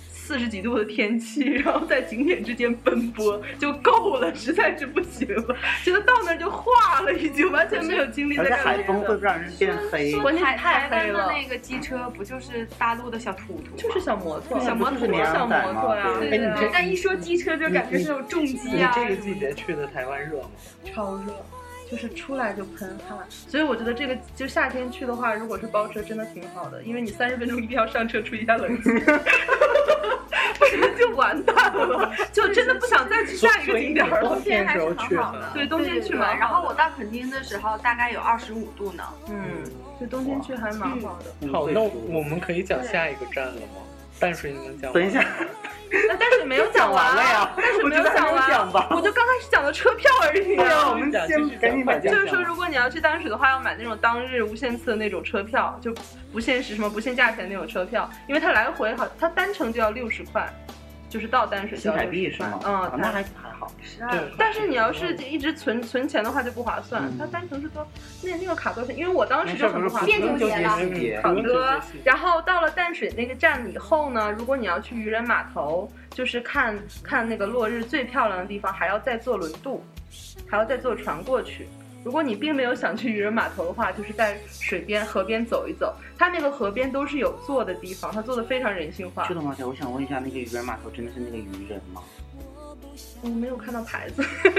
Speaker 4: 四十几度的天气，然后在景点之间奔波就够了，实在是不行了，觉得到那儿就化了，已经完全没有精力
Speaker 2: 而
Speaker 4: 再
Speaker 2: 且
Speaker 4: 干
Speaker 2: 海
Speaker 4: 别
Speaker 2: 风
Speaker 4: 的啊
Speaker 2: 会不会让人变 黑，
Speaker 4: 关键是
Speaker 3: 台
Speaker 4: 太
Speaker 3: 台
Speaker 4: 黑
Speaker 3: 湾
Speaker 4: 了
Speaker 3: 的那个机车不就是大陆的小土啊土吗？
Speaker 4: 就是小摩托，
Speaker 2: 小摩托
Speaker 4: 小摩托呀、
Speaker 2: 对
Speaker 1: 哎你这
Speaker 3: 但一说机车，就感觉是有重
Speaker 1: 你
Speaker 3: 机啊。
Speaker 1: 这个季节去的台湾热吗？
Speaker 4: 超热，就是出来就喷汗。所以我觉得这个就夏天去的话，如果是包车，真的挺好的，因为你三十分钟一定要上车吹一下冷气， 不然就完蛋了，就真的不想再去下一个景点儿
Speaker 1: 冬
Speaker 4: 了。
Speaker 1: 天时候
Speaker 3: 冬
Speaker 1: 去
Speaker 3: 天还是很好的
Speaker 4: 对，冬天去
Speaker 3: 对
Speaker 4: 蛮
Speaker 3: 然
Speaker 4: 好
Speaker 3: 后
Speaker 4: 的，
Speaker 3: 我到垦丁的时候，大概有二十五度呢。
Speaker 4: 嗯，就冬天去还蛮好的。
Speaker 2: 嗯
Speaker 1: 好，
Speaker 2: 最
Speaker 1: 那
Speaker 2: 舒服
Speaker 1: 我们可以讲下一个站了吗？淡水你能讲吗？
Speaker 2: 等一下，
Speaker 4: 那但是没有讲
Speaker 2: 完了呀
Speaker 4: 但 是
Speaker 2: 我
Speaker 4: 没
Speaker 2: 觉
Speaker 4: 有
Speaker 2: 得还没
Speaker 4: 讲
Speaker 2: 有讲吧
Speaker 4: 完，我就刚开始讲的车票而已
Speaker 2: 对
Speaker 4: 啊
Speaker 2: 啊，我们先赶紧把这
Speaker 4: 就
Speaker 2: 样
Speaker 4: 是
Speaker 2: 讲
Speaker 4: 说，
Speaker 2: 完。
Speaker 4: 如果你要去淡水的话，要买那种当日无限次的那种车票，就不限时什么不限价钱那种车票，因为它来回好，它单程就要六十块，就是到淡水就
Speaker 2: 新
Speaker 4: 要
Speaker 2: 台
Speaker 4: 六
Speaker 2: 币
Speaker 4: 十
Speaker 2: 是
Speaker 4: 块
Speaker 2: 吗？。啊
Speaker 4: 嗯，
Speaker 2: 那
Speaker 4: 它
Speaker 2: 还还好。
Speaker 3: 十二
Speaker 1: 对，
Speaker 4: 但是你要是一直存存钱的话就不划算，
Speaker 2: 嗯
Speaker 4: 它单程是多那那个卡多少钱？因为我当时
Speaker 2: 没
Speaker 4: 就
Speaker 2: 事，不
Speaker 4: 很
Speaker 2: 是
Speaker 4: 不划
Speaker 2: 不
Speaker 4: 算。
Speaker 3: 别
Speaker 2: 用
Speaker 3: 纠结了
Speaker 2: 细节
Speaker 4: 好
Speaker 1: 不用纠
Speaker 4: 的
Speaker 1: 结细，节
Speaker 4: 然后到了淡水那个站以后呢，如果你要去渔人码头，就是看看那个落日最漂亮的地方，还要再坐轮渡，还要再坐船过去。如果你并没有想去渔人码头的话，就是在水边、河边走一走。它那个河边都是有坐的地方，它做的非常人性化
Speaker 2: 去。了吗？姐，我想问一下，那个渔人码头真的是那个渔人吗？
Speaker 4: 我没有看到牌子，
Speaker 2: 就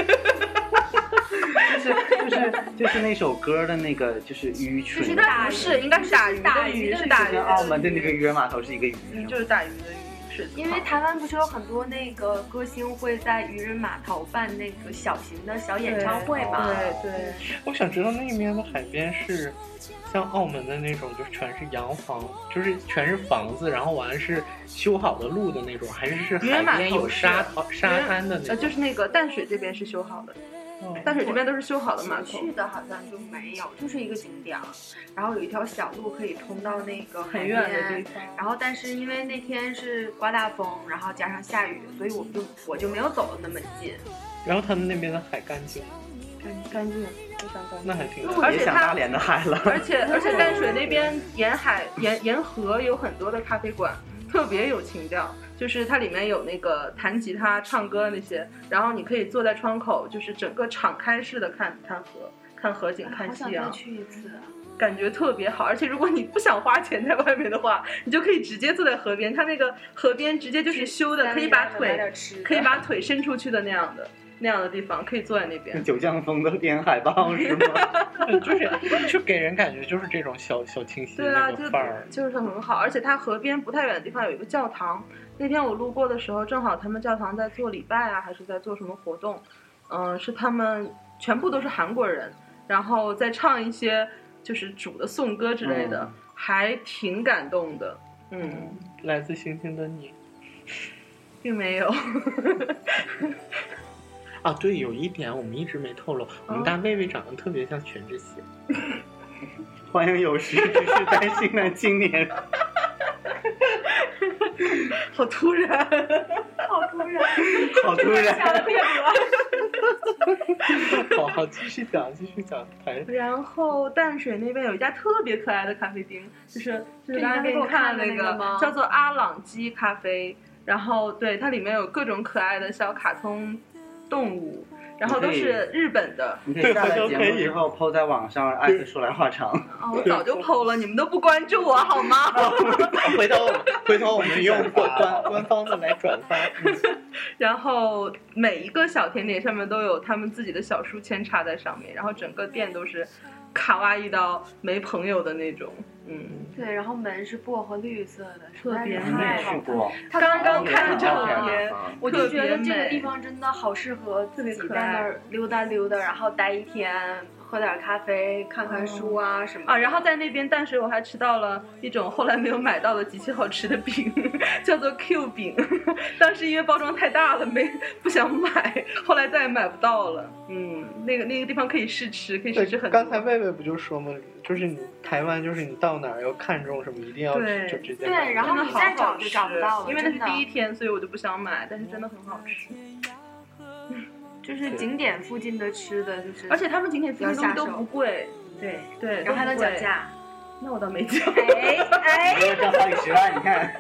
Speaker 2: 是就是就是那首歌的那个就是愚蠢，
Speaker 3: 就是
Speaker 4: 应
Speaker 3: 那
Speaker 4: 该不是，应该是打鱼的鱼，是打鱼
Speaker 2: 跟
Speaker 4: 的
Speaker 2: 澳门的那个渔人码头是一个鱼，
Speaker 4: 鱼，就是打鱼的鱼，是的
Speaker 3: 因为台湾不是有很多那个歌星会在渔人码头办那个小型的小演唱会嘛？
Speaker 4: 对对，
Speaker 1: 我想知道那边的海边是像澳门的那种，就是全是洋房，就是全是房子，然后完了是修好的路的那种，还是是
Speaker 4: 渔人码
Speaker 1: 海边
Speaker 4: 头
Speaker 1: 有沙
Speaker 4: 是
Speaker 1: 滩沙滩的那种？
Speaker 4: 呃，就是那个淡水这边是修好的，
Speaker 1: 哦
Speaker 4: 淡水这边都是修好的码
Speaker 3: 我
Speaker 4: 头
Speaker 3: 去，的好像就没有，就是一个景点儿，然后有一条小路可以通到那个海
Speaker 4: 很
Speaker 3: 边
Speaker 4: 远的地方。
Speaker 3: 然后，但是因为那天是刮大风，然后加上下雨，所以我们就我就没有走的那么近。
Speaker 1: 然后他们那边的海干净，
Speaker 4: 干干净，非常干
Speaker 1: 那
Speaker 4: 净。
Speaker 1: 还挺
Speaker 4: 如
Speaker 1: 好
Speaker 4: 果而且
Speaker 2: 别想
Speaker 4: 它
Speaker 2: 大连的海了。
Speaker 4: 而且而且淡水那边沿海沿沿河有很多的咖啡馆，特别有情调。就是它里面有那个弹吉他、唱歌那些，然后你可以坐在窗口，就是整个敞开式的看看河、看河景、看
Speaker 3: 哎好
Speaker 4: 夕
Speaker 3: 想再
Speaker 4: 阳，
Speaker 3: 去一次，啊
Speaker 4: 感觉特别好。而且如果你不想花钱在外面的话，你就可以直接坐在河边。它那个河边直接就是修的，可以把
Speaker 3: 买
Speaker 4: 腿
Speaker 3: 点吃的
Speaker 4: 可以把腿伸出去的那样的那样的地方，可以坐在那边。
Speaker 2: 九降风都点海报是吗？
Speaker 1: 看，就是就给人感觉就是这种小小清新
Speaker 4: 对
Speaker 1: 的
Speaker 4: 啊，
Speaker 1: 那
Speaker 4: 就
Speaker 1: 个范儿。
Speaker 4: 就是很好，而且它河边不太远的地方有一个教堂。那天我路过的时候，正好他们教堂在做礼拜啊，还是在做什么活动？嗯、是他们全部都是韩国人，然后再唱一些就是主的颂歌之类的，
Speaker 2: 嗯
Speaker 4: 还挺感动的。嗯，
Speaker 1: 来自星星的你
Speaker 4: 并没有。
Speaker 1: 啊，对，有一点我们一直没透露，我
Speaker 4: 嗯
Speaker 1: 们大卫卫长得特别像全智贤。
Speaker 2: 欢迎有时只是单身男青年。
Speaker 4: 好突然，
Speaker 3: 好突然，
Speaker 2: 好突然，
Speaker 1: 好好，继续讲，继续讲，还
Speaker 4: 然后淡水那边有一家特别可爱的咖啡厅，就是就
Speaker 3: 哦
Speaker 4: 是
Speaker 3: 对
Speaker 4: 刚才给你看的
Speaker 3: 你刚才给我看的那个吗
Speaker 4: 叫做阿朗基咖啡。然后对它里面有各种可爱的小卡通动物，然后都是日本的。
Speaker 2: 你可以下来节目之后抛在网上，艾特说来话长。
Speaker 4: 哦，我早就 PO 了，你们都不关注我 好吗？
Speaker 1: 啊回头回头我们用官官官方的来转发。
Speaker 4: 然后每一个小甜点上面都有他们自己的小书签插在上面，然后整个店都是卡哇伊到没朋友的那种。嗯，
Speaker 3: 对，然后门是薄荷绿色的，
Speaker 4: 特别
Speaker 3: 实在是
Speaker 2: 你
Speaker 4: 美
Speaker 2: 也
Speaker 3: 太
Speaker 2: 去
Speaker 3: 好看
Speaker 2: 过，
Speaker 3: 他
Speaker 4: 刚刚
Speaker 2: 美
Speaker 4: 看
Speaker 2: 了
Speaker 4: 的照片，
Speaker 3: 我就觉
Speaker 4: 特别
Speaker 3: 得
Speaker 4: 美
Speaker 3: 这个地方真的好适合自己在那儿溜达溜达，然后待一天，喝点咖啡，看
Speaker 4: 哦
Speaker 3: 看书啊什么的
Speaker 4: 啊，然后在那边淡水我还吃到了一种后来没有买到的极其好吃的饼， 叫做 Q 饼。 当时因为包装太大了，没不想买，后来再也买不到了。嗯，那个那个地方可以试吃，可以试吃很多。
Speaker 1: 刚才魏魏不就说嘛，就是你台湾，就是你到哪儿要看中什么，一定要
Speaker 4: 对
Speaker 1: 就直接
Speaker 3: 对
Speaker 1: 买
Speaker 3: 然后
Speaker 4: 真的
Speaker 3: 你
Speaker 4: 好
Speaker 3: 再找
Speaker 4: 好
Speaker 3: 就
Speaker 4: 吃
Speaker 3: 找不到了
Speaker 4: 因为那
Speaker 3: 真的嗯
Speaker 4: 是第一天，所以我就不想买，但是真的很好吃。
Speaker 3: 就是景点附近的吃的，就是
Speaker 4: 而且他们景点附近
Speaker 3: 要下
Speaker 4: 东西都
Speaker 3: 手
Speaker 4: 不贵，
Speaker 3: 对，
Speaker 4: 对，
Speaker 3: 然后还
Speaker 4: 都
Speaker 3: 能
Speaker 4: 不
Speaker 3: 讲
Speaker 4: 贵。
Speaker 3: 价。
Speaker 4: 那我倒没讲，
Speaker 3: 哎哎，
Speaker 2: 我赚好几十万，你看。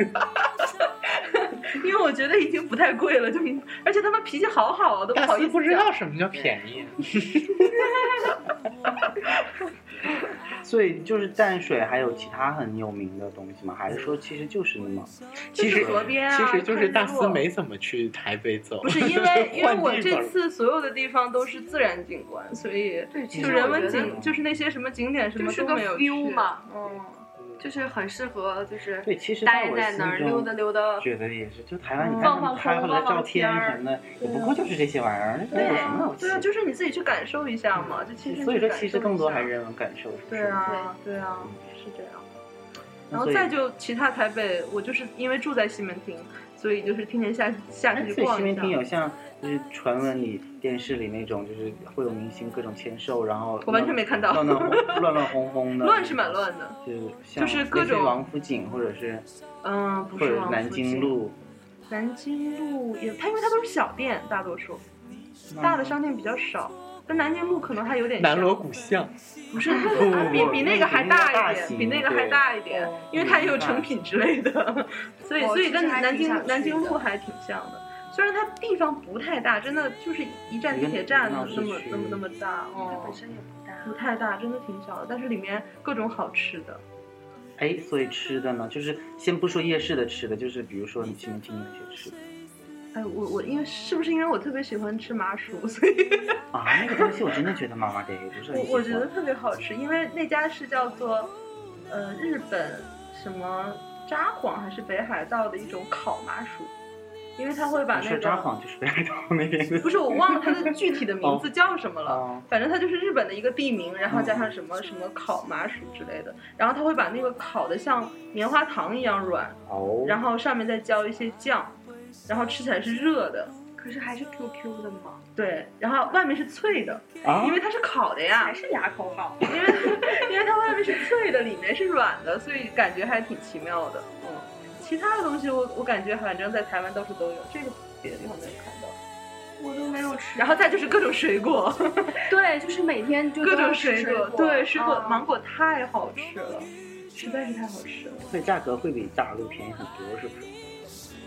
Speaker 4: 因为我觉得已经不太贵了，就而且他们脾气好好啊，都不
Speaker 1: 大
Speaker 4: 好意
Speaker 1: 四
Speaker 4: 思
Speaker 1: 不知
Speaker 4: 讲
Speaker 1: 道什么叫便宜，
Speaker 2: 所以就是淡水还有其他很有名的东西吗？还是说其实就是那么？
Speaker 1: 其实
Speaker 4: 就是河边啊
Speaker 1: 其实就是大
Speaker 4: 看
Speaker 1: 四
Speaker 4: 路
Speaker 1: 没怎么去台北走，
Speaker 4: 不是因 为因为
Speaker 1: 换地
Speaker 4: 我这
Speaker 1: 方了
Speaker 4: 次所有的地方都是自然景观，所以
Speaker 3: 对，其
Speaker 4: 就
Speaker 3: 实
Speaker 4: 人
Speaker 3: 我
Speaker 4: 文
Speaker 3: 觉得
Speaker 4: 景就是那些什么景点什
Speaker 3: 就
Speaker 4: 么
Speaker 3: 是
Speaker 4: 都
Speaker 3: 个
Speaker 4: 没有
Speaker 3: feel
Speaker 4: 去。
Speaker 3: 嘛，
Speaker 4: 嗯，
Speaker 3: 就是很适合就是
Speaker 2: 对，其实
Speaker 3: 待
Speaker 2: 我
Speaker 3: 在那儿
Speaker 2: 心
Speaker 3: 溜
Speaker 2: 中
Speaker 3: 达溜达。
Speaker 2: 觉得也是，就台湾，你
Speaker 4: 嗯
Speaker 2: 看
Speaker 3: 放
Speaker 2: 他们
Speaker 3: 放
Speaker 2: 拍回来
Speaker 3: 风
Speaker 2: 照
Speaker 3: 放
Speaker 2: 片
Speaker 3: 放
Speaker 2: 什么的，也不过就是这些玩意儿，那有什么了不起
Speaker 4: 啊对？啊，就是你自己去感受一下嘛，就其实
Speaker 2: 所以
Speaker 4: 你
Speaker 2: 说，
Speaker 4: 感
Speaker 2: 其实
Speaker 4: 受一
Speaker 2: 更多
Speaker 4: 下
Speaker 2: 还是人文感受。是不是
Speaker 4: 对，啊，对啊，是这样。
Speaker 2: 那
Speaker 4: 然后
Speaker 2: 所以
Speaker 4: 再就其他台北，我就是因为住在西门町，所以就是天天下下
Speaker 2: 哎
Speaker 4: 去
Speaker 2: 所以
Speaker 4: 逛
Speaker 2: 西
Speaker 4: 一
Speaker 2: 门町
Speaker 4: 下。
Speaker 2: 有像就是传闻里电视里那种，就是会有明星各种签售，然后
Speaker 4: 我完全没看到
Speaker 2: 乱乱哄乱乱哄哄的，
Speaker 4: 乱是蛮，乱的，
Speaker 2: 就是像
Speaker 4: 就是各
Speaker 2: 类似于
Speaker 4: 种
Speaker 2: 王府井或者是
Speaker 4: 嗯，不
Speaker 2: 或
Speaker 4: 是
Speaker 2: 者
Speaker 4: 王
Speaker 2: 南
Speaker 4: 府
Speaker 2: 京
Speaker 4: 井，
Speaker 2: 路，
Speaker 4: 南京路也，它因为它都是小店，大多数大的商店比较少，但南京路可能还有点像
Speaker 1: 南锣鼓巷，
Speaker 4: 不是，
Speaker 2: 不
Speaker 4: 啊比
Speaker 2: 不
Speaker 4: 比
Speaker 2: 那
Speaker 4: 那个
Speaker 2: 比
Speaker 4: 还
Speaker 2: 那个
Speaker 4: 大
Speaker 2: 大
Speaker 4: 一点，
Speaker 2: 型
Speaker 4: 比那个还
Speaker 2: 对
Speaker 4: 大一点，因为它也有成品之类的，所以
Speaker 3: 我
Speaker 4: 所以
Speaker 3: 其
Speaker 4: 跟
Speaker 3: 实还
Speaker 4: 南
Speaker 3: 挺想
Speaker 4: 京南
Speaker 3: 去
Speaker 4: 京路
Speaker 3: 的
Speaker 4: 还挺像的。虽然它地方不太大，真的就是一站地铁站那么
Speaker 2: 一
Speaker 4: 那
Speaker 2: 个
Speaker 4: 么
Speaker 2: 闹市区
Speaker 4: 那么那么大
Speaker 3: 它
Speaker 4: 哦
Speaker 3: 嗯本，身也不
Speaker 4: 不
Speaker 3: 大，
Speaker 4: 太大，真的挺小的。但是里面各种好吃的，
Speaker 2: 哎，所以吃的呢，就是先不说夜市的吃的，就是比如说你西门町的那些吃的，
Speaker 4: 哎，我我因为是不是因为我特别喜欢吃麻薯，所以
Speaker 2: 啊，那个东西我真的觉得妈妈得不是很
Speaker 4: 我
Speaker 2: 喜
Speaker 4: 我觉得
Speaker 2: 欢。
Speaker 4: 特别好吃，因为那家是叫做呃日本什么札幌还是北海道的一种烤麻薯，因为它会把
Speaker 2: 你
Speaker 4: 那
Speaker 2: 说
Speaker 4: 个
Speaker 2: 札幌哦就是北海道那边 的，
Speaker 4: 不是我忘了它的具 体的名字叫什么了。
Speaker 2: 啊，
Speaker 4: 反正它就是日本的一个地名，然后加
Speaker 2: 哦
Speaker 4: 上什么什么烤麻薯之类的，然后它会把那个烤的像棉花糖一样软，
Speaker 2: 哦，
Speaker 4: 然后上面再浇一些酱，然后吃起来是热的，
Speaker 3: 可是还是 QQ 的嘛，
Speaker 4: 对，然后外面是脆的，
Speaker 2: 啊
Speaker 4: 因为它是烤的呀
Speaker 3: 还，是牙口好。
Speaker 4: 因为因为它外面是脆的，里面是软的，所以感觉还挺奇妙的，嗯。其他的东西我我感觉反正在台湾到处都有，这个别的地方没有看到。
Speaker 3: 我都没有吃。
Speaker 4: 然后再就是各种水 果，
Speaker 3: 对，就是每天就
Speaker 4: 各
Speaker 3: 都要
Speaker 4: 种
Speaker 3: 吃
Speaker 4: 水
Speaker 3: 果，
Speaker 4: 对，水果、
Speaker 3: 啊
Speaker 4: 芒果太好吃了，实在是太好吃了。
Speaker 2: 所以价格会比大陆便宜很多，是不是？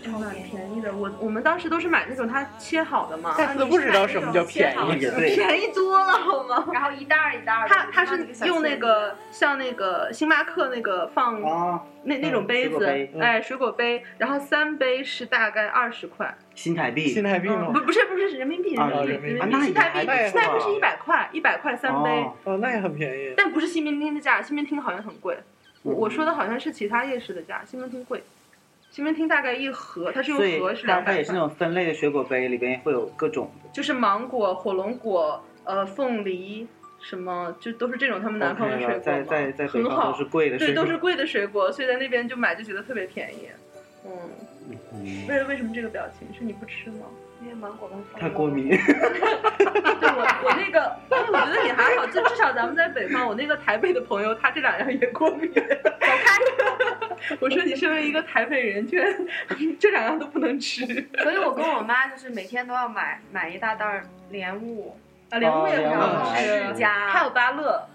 Speaker 4: 还蛮便宜的，我我们当时都是买那种它切好的嘛，
Speaker 1: 大司不知道什么叫便宜，
Speaker 2: 也对，
Speaker 4: 便宜多了好 吗？
Speaker 3: 然后一袋儿一袋儿的，
Speaker 4: 它它是
Speaker 3: 小
Speaker 4: 用那
Speaker 3: 签
Speaker 4: 个像那个星巴克那个放
Speaker 2: 啊，
Speaker 4: 那那种杯
Speaker 2: 水果
Speaker 4: 子
Speaker 2: 杯，嗯
Speaker 4: 哎，水果杯，然后三杯是大概二十块，
Speaker 2: 新台币，哦
Speaker 1: 心态病
Speaker 4: 嗯不
Speaker 1: 吗？
Speaker 4: 不是不是人民币，
Speaker 2: 啊
Speaker 4: 人
Speaker 1: 人民币
Speaker 4: 民币，
Speaker 2: 啊
Speaker 4: 人民
Speaker 2: 那
Speaker 4: 币，
Speaker 2: 也
Speaker 4: 新台币，
Speaker 2: 还
Speaker 4: 新台币
Speaker 2: 不
Speaker 4: 是
Speaker 2: 错
Speaker 4: 一百块，一百块三杯，
Speaker 2: 哦
Speaker 1: 哦，那也很便宜。
Speaker 4: 但不是西门町的价，西门町好像很贵，我
Speaker 2: 嗯
Speaker 4: 我说的好像是其他夜市的价，西门町贵，西门町大概一盒，它是用
Speaker 2: 所以
Speaker 4: 盒是
Speaker 2: 大
Speaker 4: 两
Speaker 2: 概
Speaker 4: 百
Speaker 2: 也是
Speaker 4: 块
Speaker 2: 那。种分类的水果杯，里边会有各种的。
Speaker 4: 就是芒果、火龙果、呃凤梨什么，就都是这种他们南方的
Speaker 2: OK
Speaker 4: 水
Speaker 2: 了
Speaker 4: 果
Speaker 2: 在
Speaker 4: 嘛
Speaker 2: 在在北
Speaker 4: 很
Speaker 2: 方
Speaker 4: 好
Speaker 2: 都是，贵的
Speaker 4: 对，
Speaker 2: 水果，
Speaker 4: 都是贵的水果，所以在那边就买就觉得特别便宜。嗯，
Speaker 2: 嗯
Speaker 4: 为为什么这个表情？是你不吃吗？
Speaker 3: 因为芒果跟
Speaker 2: 他过敏。
Speaker 4: 对我我那个，因为我觉得你还好，就至少咱们在北方，我那个台北的朋友他这两样也过敏，走开！ 我说你身为一个台北人，居然这两样都不能吃
Speaker 3: 所以我跟我妈就是每天都要买买一大袋儿莲雾，
Speaker 4: 啊，莲雾也
Speaker 2: 莲
Speaker 4: 很
Speaker 2: 雾
Speaker 3: 然
Speaker 4: 好
Speaker 3: 后
Speaker 2: 好
Speaker 4: 吃
Speaker 3: 释
Speaker 2: 吃，
Speaker 4: 还有
Speaker 3: 迦，
Speaker 4: 芭乐，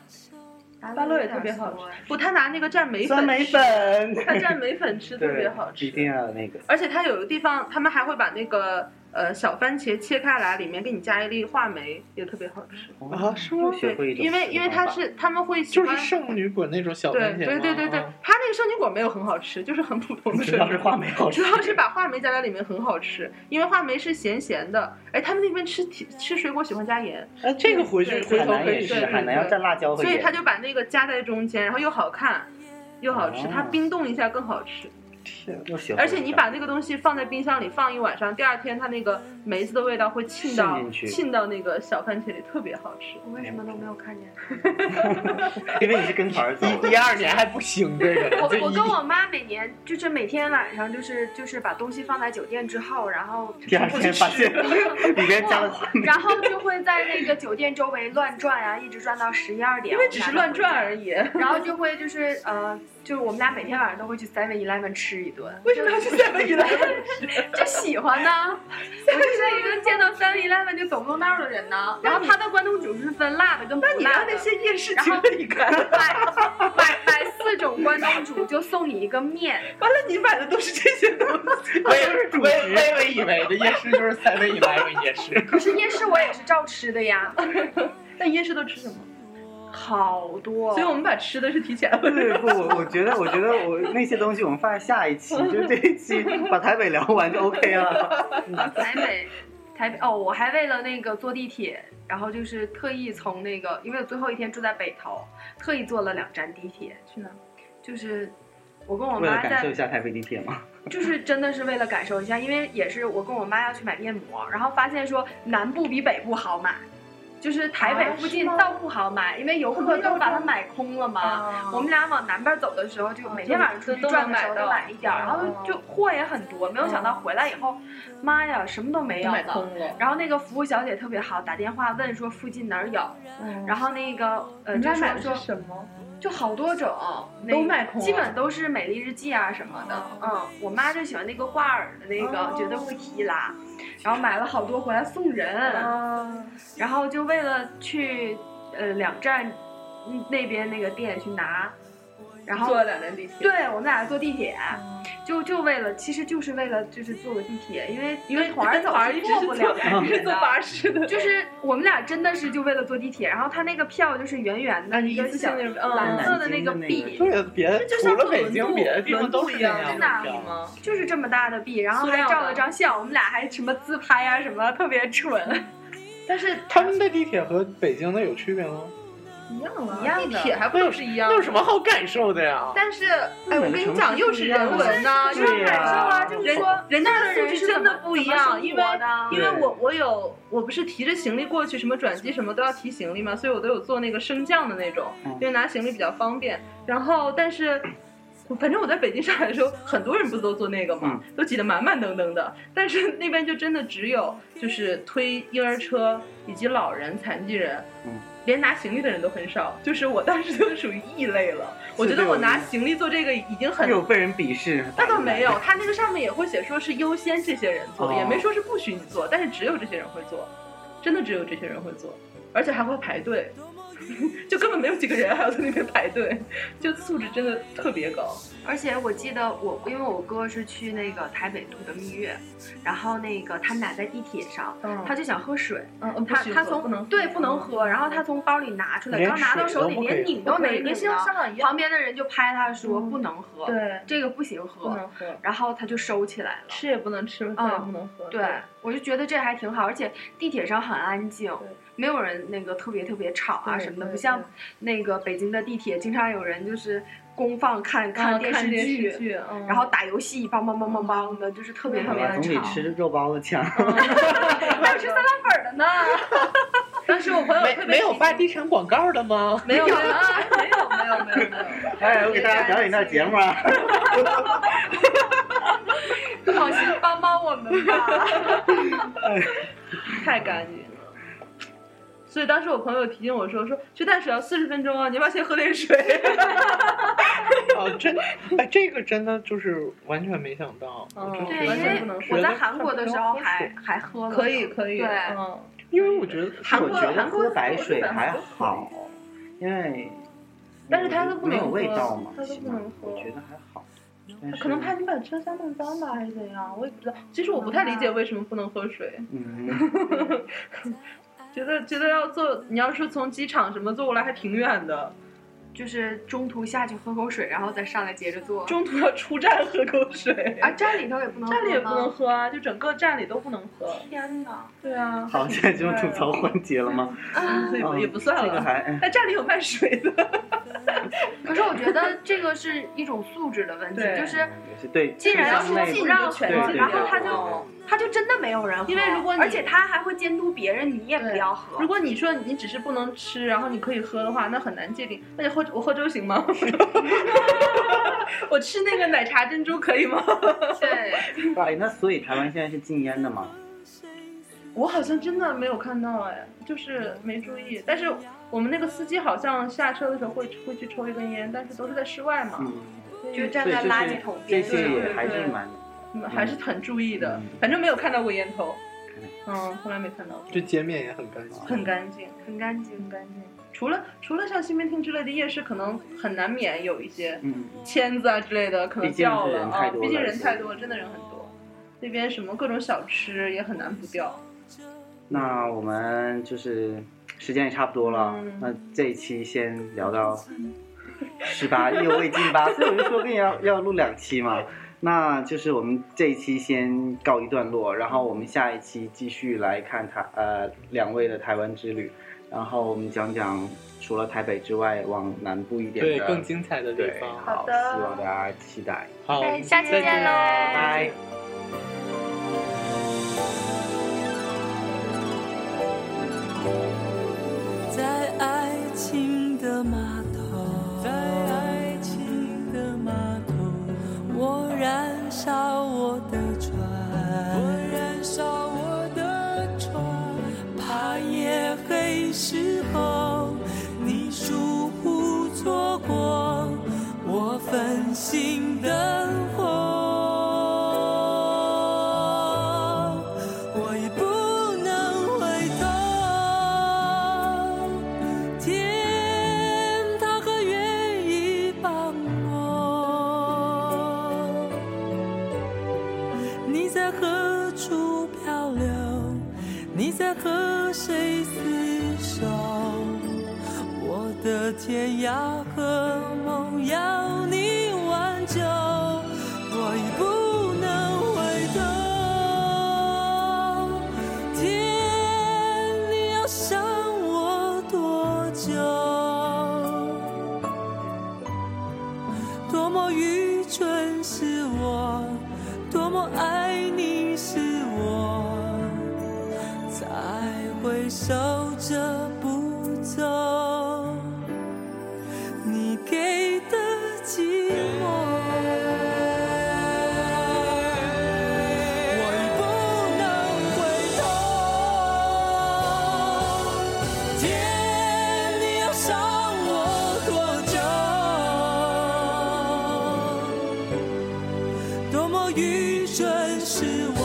Speaker 4: 芭乐也特别好吃。不，他拿那个蘸梅粉，
Speaker 2: 梅 粉，
Speaker 4: 它蘸梅粉吃特别好
Speaker 2: 一定
Speaker 4: 吃，
Speaker 2: 要那个
Speaker 4: 而且它有的地方他们还会把那个呃小番茄切开来，里面给你加一粒话梅，也特别好吃。
Speaker 1: 啊是吗
Speaker 2: 又学会一种
Speaker 4: 因为因为它是他们会喜
Speaker 1: 就
Speaker 4: 欢
Speaker 1: 是，圣女果那种小
Speaker 4: 对
Speaker 1: 番茄
Speaker 4: 对对对对
Speaker 2: 嗯
Speaker 1: 吗，
Speaker 4: 它那个圣女果没有很好吃，就是很普通的
Speaker 2: 主
Speaker 4: 水
Speaker 2: 要
Speaker 4: 果
Speaker 2: 是。话梅好
Speaker 4: 主
Speaker 2: 吃，
Speaker 4: 要是把话梅加在里面很好吃，因为话梅是咸咸的。哎，他们那边吃甜吃水果喜欢加盐，
Speaker 2: 呃
Speaker 1: 哎，这个回去回
Speaker 4: 对
Speaker 2: 海
Speaker 1: 头
Speaker 2: 南
Speaker 1: 可
Speaker 2: 也
Speaker 1: 以
Speaker 2: 是，
Speaker 1: 试
Speaker 4: 对对
Speaker 2: 海南要蘸辣椒和
Speaker 4: 所
Speaker 2: 盐，
Speaker 4: 以他就把那个夹在中间，然后又好看，又好吃。
Speaker 2: 哦
Speaker 4: 它冰冻一下更好吃。
Speaker 1: 天
Speaker 2: 又学会一种，
Speaker 4: 而且你把那个东西放在冰箱里放一晚上，第二天它那个梅子的味道会沁到
Speaker 2: 渗进去
Speaker 4: 沁到那个小番茄里，特别好吃。
Speaker 3: 我为什么都没有看见？
Speaker 2: 因为你是跟团儿走的
Speaker 1: 一二年还不行，这个
Speaker 3: 我
Speaker 1: 这
Speaker 3: 我
Speaker 1: 一
Speaker 3: 跟我妈每年就是每天晚上就是就是把东西放在酒店之后，然 后
Speaker 2: 第二天发现里边加了话梅，
Speaker 3: 然后就会在那个酒店周围乱转啊，一直转到十一二点，
Speaker 4: 因为只是乱转而
Speaker 3: 已。
Speaker 4: 已，
Speaker 3: 然后就会就是呃，就是我们俩每天晚上都会去 Seven Eleven 吃一顿，
Speaker 4: 为什么要去 Seven Eleven？
Speaker 3: 就喜欢 呢。我就是一个见到 Seven Eleven 就走不动道的人呢。然后它的关东煮是分辣的跟不
Speaker 4: 那你
Speaker 3: 辣
Speaker 4: 让
Speaker 3: 的
Speaker 4: 那。些夜市情侣 干？
Speaker 3: 买买买四种关东煮就送你一个面，
Speaker 4: 完了，你买的都是这些东西。
Speaker 1: 我也是主角，微微以为的夜市就是 seven eleven 夜市。
Speaker 3: 可是夜市我也是照吃的呀，
Speaker 4: 那夜市都吃什么？
Speaker 3: 好多。
Speaker 4: 所以我们把吃的是提前了。
Speaker 2: 对，不，我我觉得，我觉得我那些东西我们放在下一期，就这一 期把台北聊完就 OK 了。
Speaker 3: 台北，台北哦，我还为了那个坐地铁，然后就是特意从那个，因为我最后一天住在北头，特意坐了两站地铁去哪儿？就是我跟我
Speaker 2: 为了
Speaker 3: 妈
Speaker 2: 感受
Speaker 3: 在
Speaker 2: 一，下台北地铁嘛，
Speaker 3: 就是真的是为了感受一下，因为也是我跟我妈要去买面膜，然后发现说南部比北部好买。 就是台北
Speaker 4: 啊
Speaker 3: 附近
Speaker 4: 是吗
Speaker 3: 到不好买，因为游客都把它买空了嘛。
Speaker 4: 啊
Speaker 3: 我们俩往南边走的时候，就每天晚上出去转的时候都
Speaker 4: 都能买
Speaker 3: 买
Speaker 4: 到
Speaker 3: 一点儿，然后就货也很多。没有想到回来以后，妈呀，什么都没有
Speaker 4: 买
Speaker 3: 了。
Speaker 4: 空了。
Speaker 3: 然后那个服务小姐特别好，打电话问说附近哪儿有，嗯然后那个呃
Speaker 4: 嗯你
Speaker 3: 就
Speaker 4: 该买
Speaker 3: 说
Speaker 4: 的
Speaker 3: 说
Speaker 4: 是什么？
Speaker 3: 就好多种，那
Speaker 4: 都卖空了
Speaker 3: 基本都是美丽日记啊什么的。嗯，我妈就喜欢那个挂耳的那
Speaker 4: 哦
Speaker 3: 个，觉得会提拉，然后买了好多回来送人，
Speaker 4: 啊，
Speaker 3: 然后就为了去呃两站嗯那边那个店去拿。然后
Speaker 4: 坐了两站地铁。
Speaker 3: 对，我们俩坐地铁，就就为了，其实就是为了就是坐个地铁，因为
Speaker 4: 因为
Speaker 3: 团儿
Speaker 4: 跟
Speaker 3: 走
Speaker 4: 团儿一
Speaker 3: 是
Speaker 4: 直
Speaker 3: 坐
Speaker 4: 是
Speaker 3: 不
Speaker 4: 坐
Speaker 3: 了两个
Speaker 4: 一直
Speaker 3: 人
Speaker 4: 坐
Speaker 3: 的。
Speaker 4: 巴士的，
Speaker 3: 就是我们俩真的是就为了坐地铁，然后他那个票就是圆圆的
Speaker 4: 啊
Speaker 3: 一个
Speaker 4: 一次性
Speaker 3: 小
Speaker 4: 那种
Speaker 3: 蓝色的那个
Speaker 2: 嗯
Speaker 3: 币，
Speaker 1: 对，啊别的
Speaker 4: 就
Speaker 1: 除
Speaker 4: 像
Speaker 1: 了
Speaker 4: 坐
Speaker 1: 北
Speaker 4: 轮
Speaker 1: 京，
Speaker 4: 渡
Speaker 1: 别的地方
Speaker 4: 轮
Speaker 1: 都
Speaker 4: 渡
Speaker 1: 是
Speaker 4: 一
Speaker 1: 那
Speaker 4: 样
Speaker 1: 样
Speaker 3: 的那
Speaker 1: 票。
Speaker 4: 吗？
Speaker 3: 就是这么大的币，然后
Speaker 4: 塑
Speaker 3: 还
Speaker 4: 料的
Speaker 3: 照了张相，我们俩还什么自拍啊什么，特别 蠢。但是
Speaker 1: 他们的地铁和北京的有区别吗？
Speaker 4: 一样啊，
Speaker 3: 一样的
Speaker 4: 地铁还不都是一样？
Speaker 1: 那有什么？好感受的呀？
Speaker 4: 但是，哎，我跟你讲，又是人文呐、
Speaker 3: 就是
Speaker 2: 对
Speaker 3: 感
Speaker 2: 呀
Speaker 3: 受啊，就是
Speaker 4: 人
Speaker 3: 说
Speaker 4: 人家的素质真的不一样，因为因为
Speaker 2: 对
Speaker 4: 我我有我不是提着行李过去，什么转机什么都要提行李嘛，所以我都有做那个升降的那种
Speaker 2: 嗯，
Speaker 4: 因为拿行李比较方便。然后，但是。反正我在北京、上海的时候，很多人不都做那个嘛，
Speaker 2: 嗯
Speaker 4: 都挤得满满登登的。但是那边就真的只有就是推婴儿车以及老人、残疾人，
Speaker 2: 嗯
Speaker 4: 连拿行李的人都很少。就是我当时就属于异类了，我觉
Speaker 2: 是
Speaker 4: 得
Speaker 2: 这
Speaker 4: 我
Speaker 2: 种
Speaker 4: 拿行李做这个已经很
Speaker 2: 有被人鄙视，
Speaker 4: 那倒没有，他那个上面也会写说是优先这些人做，
Speaker 2: 哦
Speaker 4: 也没说是不许你做，但是只有这些人会做，真的只有这些人会做，而且还会排队， 就根本没有几个人还要在那边排队，就素质真的特别高。
Speaker 3: 而且我记得我，因为我哥是去那个台北度的蜜月，然后那个他们俩在地铁上，他
Speaker 4: 他
Speaker 3: 就想喝水，
Speaker 4: 嗯，
Speaker 3: 他他从
Speaker 4: 不能喝嗯
Speaker 3: 对不能喝，然后他从包里拿出来，
Speaker 1: 连
Speaker 3: 刚拿到
Speaker 1: 水
Speaker 3: 手
Speaker 1: 都
Speaker 3: 里
Speaker 1: 不可以
Speaker 3: 连拧都没拧
Speaker 4: 跟新
Speaker 3: 呢，
Speaker 4: 上一样，
Speaker 3: 旁边的人就拍他说
Speaker 4: 嗯
Speaker 3: 不能喝，
Speaker 4: 对
Speaker 3: 这个不行
Speaker 4: 不
Speaker 3: 喝，
Speaker 4: 能喝，嗯
Speaker 3: 然后他就收起来了。
Speaker 4: 吃也不能吃，饭也不能喝，
Speaker 3: 对，我就觉得这还挺好，而且地铁上很安静
Speaker 4: 对，
Speaker 3: 没有人那个特别特别吵啊
Speaker 4: 对
Speaker 3: 什么的，
Speaker 4: 对
Speaker 3: 不像
Speaker 4: 对
Speaker 3: 那个北京的地铁，经常有人就是公放看
Speaker 4: 啊看
Speaker 3: 电
Speaker 4: 视
Speaker 3: 视剧，
Speaker 4: 剧，嗯
Speaker 3: 然后打游戏，梆梆梆梆梆的，就是特别特
Speaker 2: 好
Speaker 3: 别
Speaker 2: 吧，
Speaker 3: 的
Speaker 2: 总比
Speaker 3: 吵。
Speaker 2: 吃肉包子强。
Speaker 4: 还有吃酸辣粉的呢。 当时我朋友特别
Speaker 1: 没没有发地产广告的吗？
Speaker 4: 没有没有 没有没有没有没有。
Speaker 2: 哎， 我给大家表演一段节目啊。
Speaker 3: 好心帮帮我们吧。
Speaker 4: 太干净了。所以当时我朋友提醒我说：“说去淡水要四十分钟啊，你要不要先喝 点水
Speaker 1: 啊，真哎，这个真的就是完全没想到。
Speaker 4: 嗯
Speaker 1: 我真的
Speaker 3: 对，
Speaker 1: 觉
Speaker 4: 完
Speaker 3: 因
Speaker 1: 得
Speaker 4: 全
Speaker 3: 为
Speaker 4: 不能
Speaker 3: 我
Speaker 1: 觉
Speaker 3: 在
Speaker 1: 得
Speaker 3: 韩国的时候 还还喝？”了呢，
Speaker 4: 可以可以，
Speaker 3: 对，
Speaker 4: 嗯，
Speaker 1: 因为我觉得
Speaker 2: 是我
Speaker 4: 国
Speaker 2: 觉得
Speaker 4: 韩国
Speaker 2: 喝白水还好，因为
Speaker 4: 但是它都不
Speaker 2: 没
Speaker 4: 能
Speaker 2: 有味
Speaker 4: 喝
Speaker 2: 道嘛，
Speaker 4: 它都
Speaker 2: 起
Speaker 4: 不
Speaker 2: 码
Speaker 4: 能喝
Speaker 2: 我觉得还好，但是
Speaker 4: 可能怕你把车厢弄脏吧，还是怎样，我也不知道。其实我不太理
Speaker 3: 嗯
Speaker 4: 解为什么不能喝水，
Speaker 2: 嗯，
Speaker 4: 觉得觉得要坐，你要是从机场什么坐过来还挺远的，
Speaker 3: 就是中途下去喝口水，然后再上来接着做。
Speaker 4: 中途要出站喝口水，
Speaker 3: 啊，站里头也不能，
Speaker 4: 站里也不能。喝啊，就整个站里都不能喝。
Speaker 3: 天哪！
Speaker 4: 对啊，
Speaker 2: 好，现在进入吐槽环节了吗？
Speaker 4: 所以也不算
Speaker 2: 这个
Speaker 4: 了。
Speaker 2: 还哎
Speaker 4: 哎，站里有卖水的，
Speaker 3: 可是我觉得这个是一种素质的问题，
Speaker 4: 对
Speaker 3: 就是
Speaker 2: 也是对，
Speaker 3: 既然
Speaker 2: 是
Speaker 3: 说
Speaker 2: 内
Speaker 3: 不
Speaker 2: 部
Speaker 3: 让喝，
Speaker 2: 对对对
Speaker 3: 然后他就
Speaker 2: 哦
Speaker 3: 他就真的没有人喝，
Speaker 4: 因为如果你
Speaker 3: 而且他还会监督别人，你也不要喝。
Speaker 4: 如果你说你只是不能吃，然后你可以喝的话，那很难界定。而且喝我喝粥行吗？ 我吃那个奶茶珍珠可以吗？
Speaker 3: 对，
Speaker 2: 哎，那所以台湾现在是禁烟的嘛？
Speaker 4: 我好像真的没有看到哎，就是没注意。但是我们那个司机好像下车的时候会会去抽一根烟，但是都是在室外嘛，
Speaker 2: 嗯，
Speaker 4: 所以
Speaker 3: 就站
Speaker 2: 所以
Speaker 3: 在
Speaker 2: 就是
Speaker 3: 垃圾桶
Speaker 2: 这
Speaker 3: 边上
Speaker 2: 些。
Speaker 4: 对
Speaker 2: 也还
Speaker 4: 对
Speaker 2: 是蛮
Speaker 4: 嗯还是很注意的
Speaker 2: 嗯。
Speaker 4: 反正没有看到过烟头，嗯，从来没看到过，
Speaker 1: 这街面也很干净。
Speaker 4: 很干净。
Speaker 3: 很干净，
Speaker 4: 干净。除了除了像西门町之类的夜市，可能很难免有一些
Speaker 2: 嗯，
Speaker 4: 签子啊之类的，可能
Speaker 2: 毕竟
Speaker 4: 掉了
Speaker 2: 人太
Speaker 4: 啊
Speaker 2: 多，了
Speaker 4: 毕竟人太多，真的人很多。那边什么各种小吃也很难不掉。
Speaker 2: 那我们就是时间也差不多了，
Speaker 4: 嗯
Speaker 2: 那这一期先聊到十八，意犹未尽吧，所以我就说不定要要录两期嘛。那就是我们这一期先告一段落，然后我们下一期继续来看台呃两位的台湾之旅，然后我们讲讲除了台北之外往南部一点
Speaker 1: 对，
Speaker 2: 的
Speaker 1: 更精彩的地
Speaker 2: 对，
Speaker 1: 方。
Speaker 2: 好，
Speaker 4: 好的
Speaker 2: 希望大家期待，
Speaker 1: 好，我们
Speaker 3: 哎下期
Speaker 1: 再
Speaker 3: 见喽，
Speaker 2: 拜拜。
Speaker 5: 在爱情的码头，在爱情的码头，我燃烧我的船，我燃烧我的船，怕夜黑时候你疏忽错过我分心灯火，我已不能回头。天堂和月影。你在何处漂流？你在和谁厮守？我的天涯和梦要你挽救，我已不能回头。天，你要想我多久？多么愚蠢是我，多么爱你是我，才会守着不走。你给的寂寞，我已不能回头。天，你要伤我多久？多么愚蠢是我，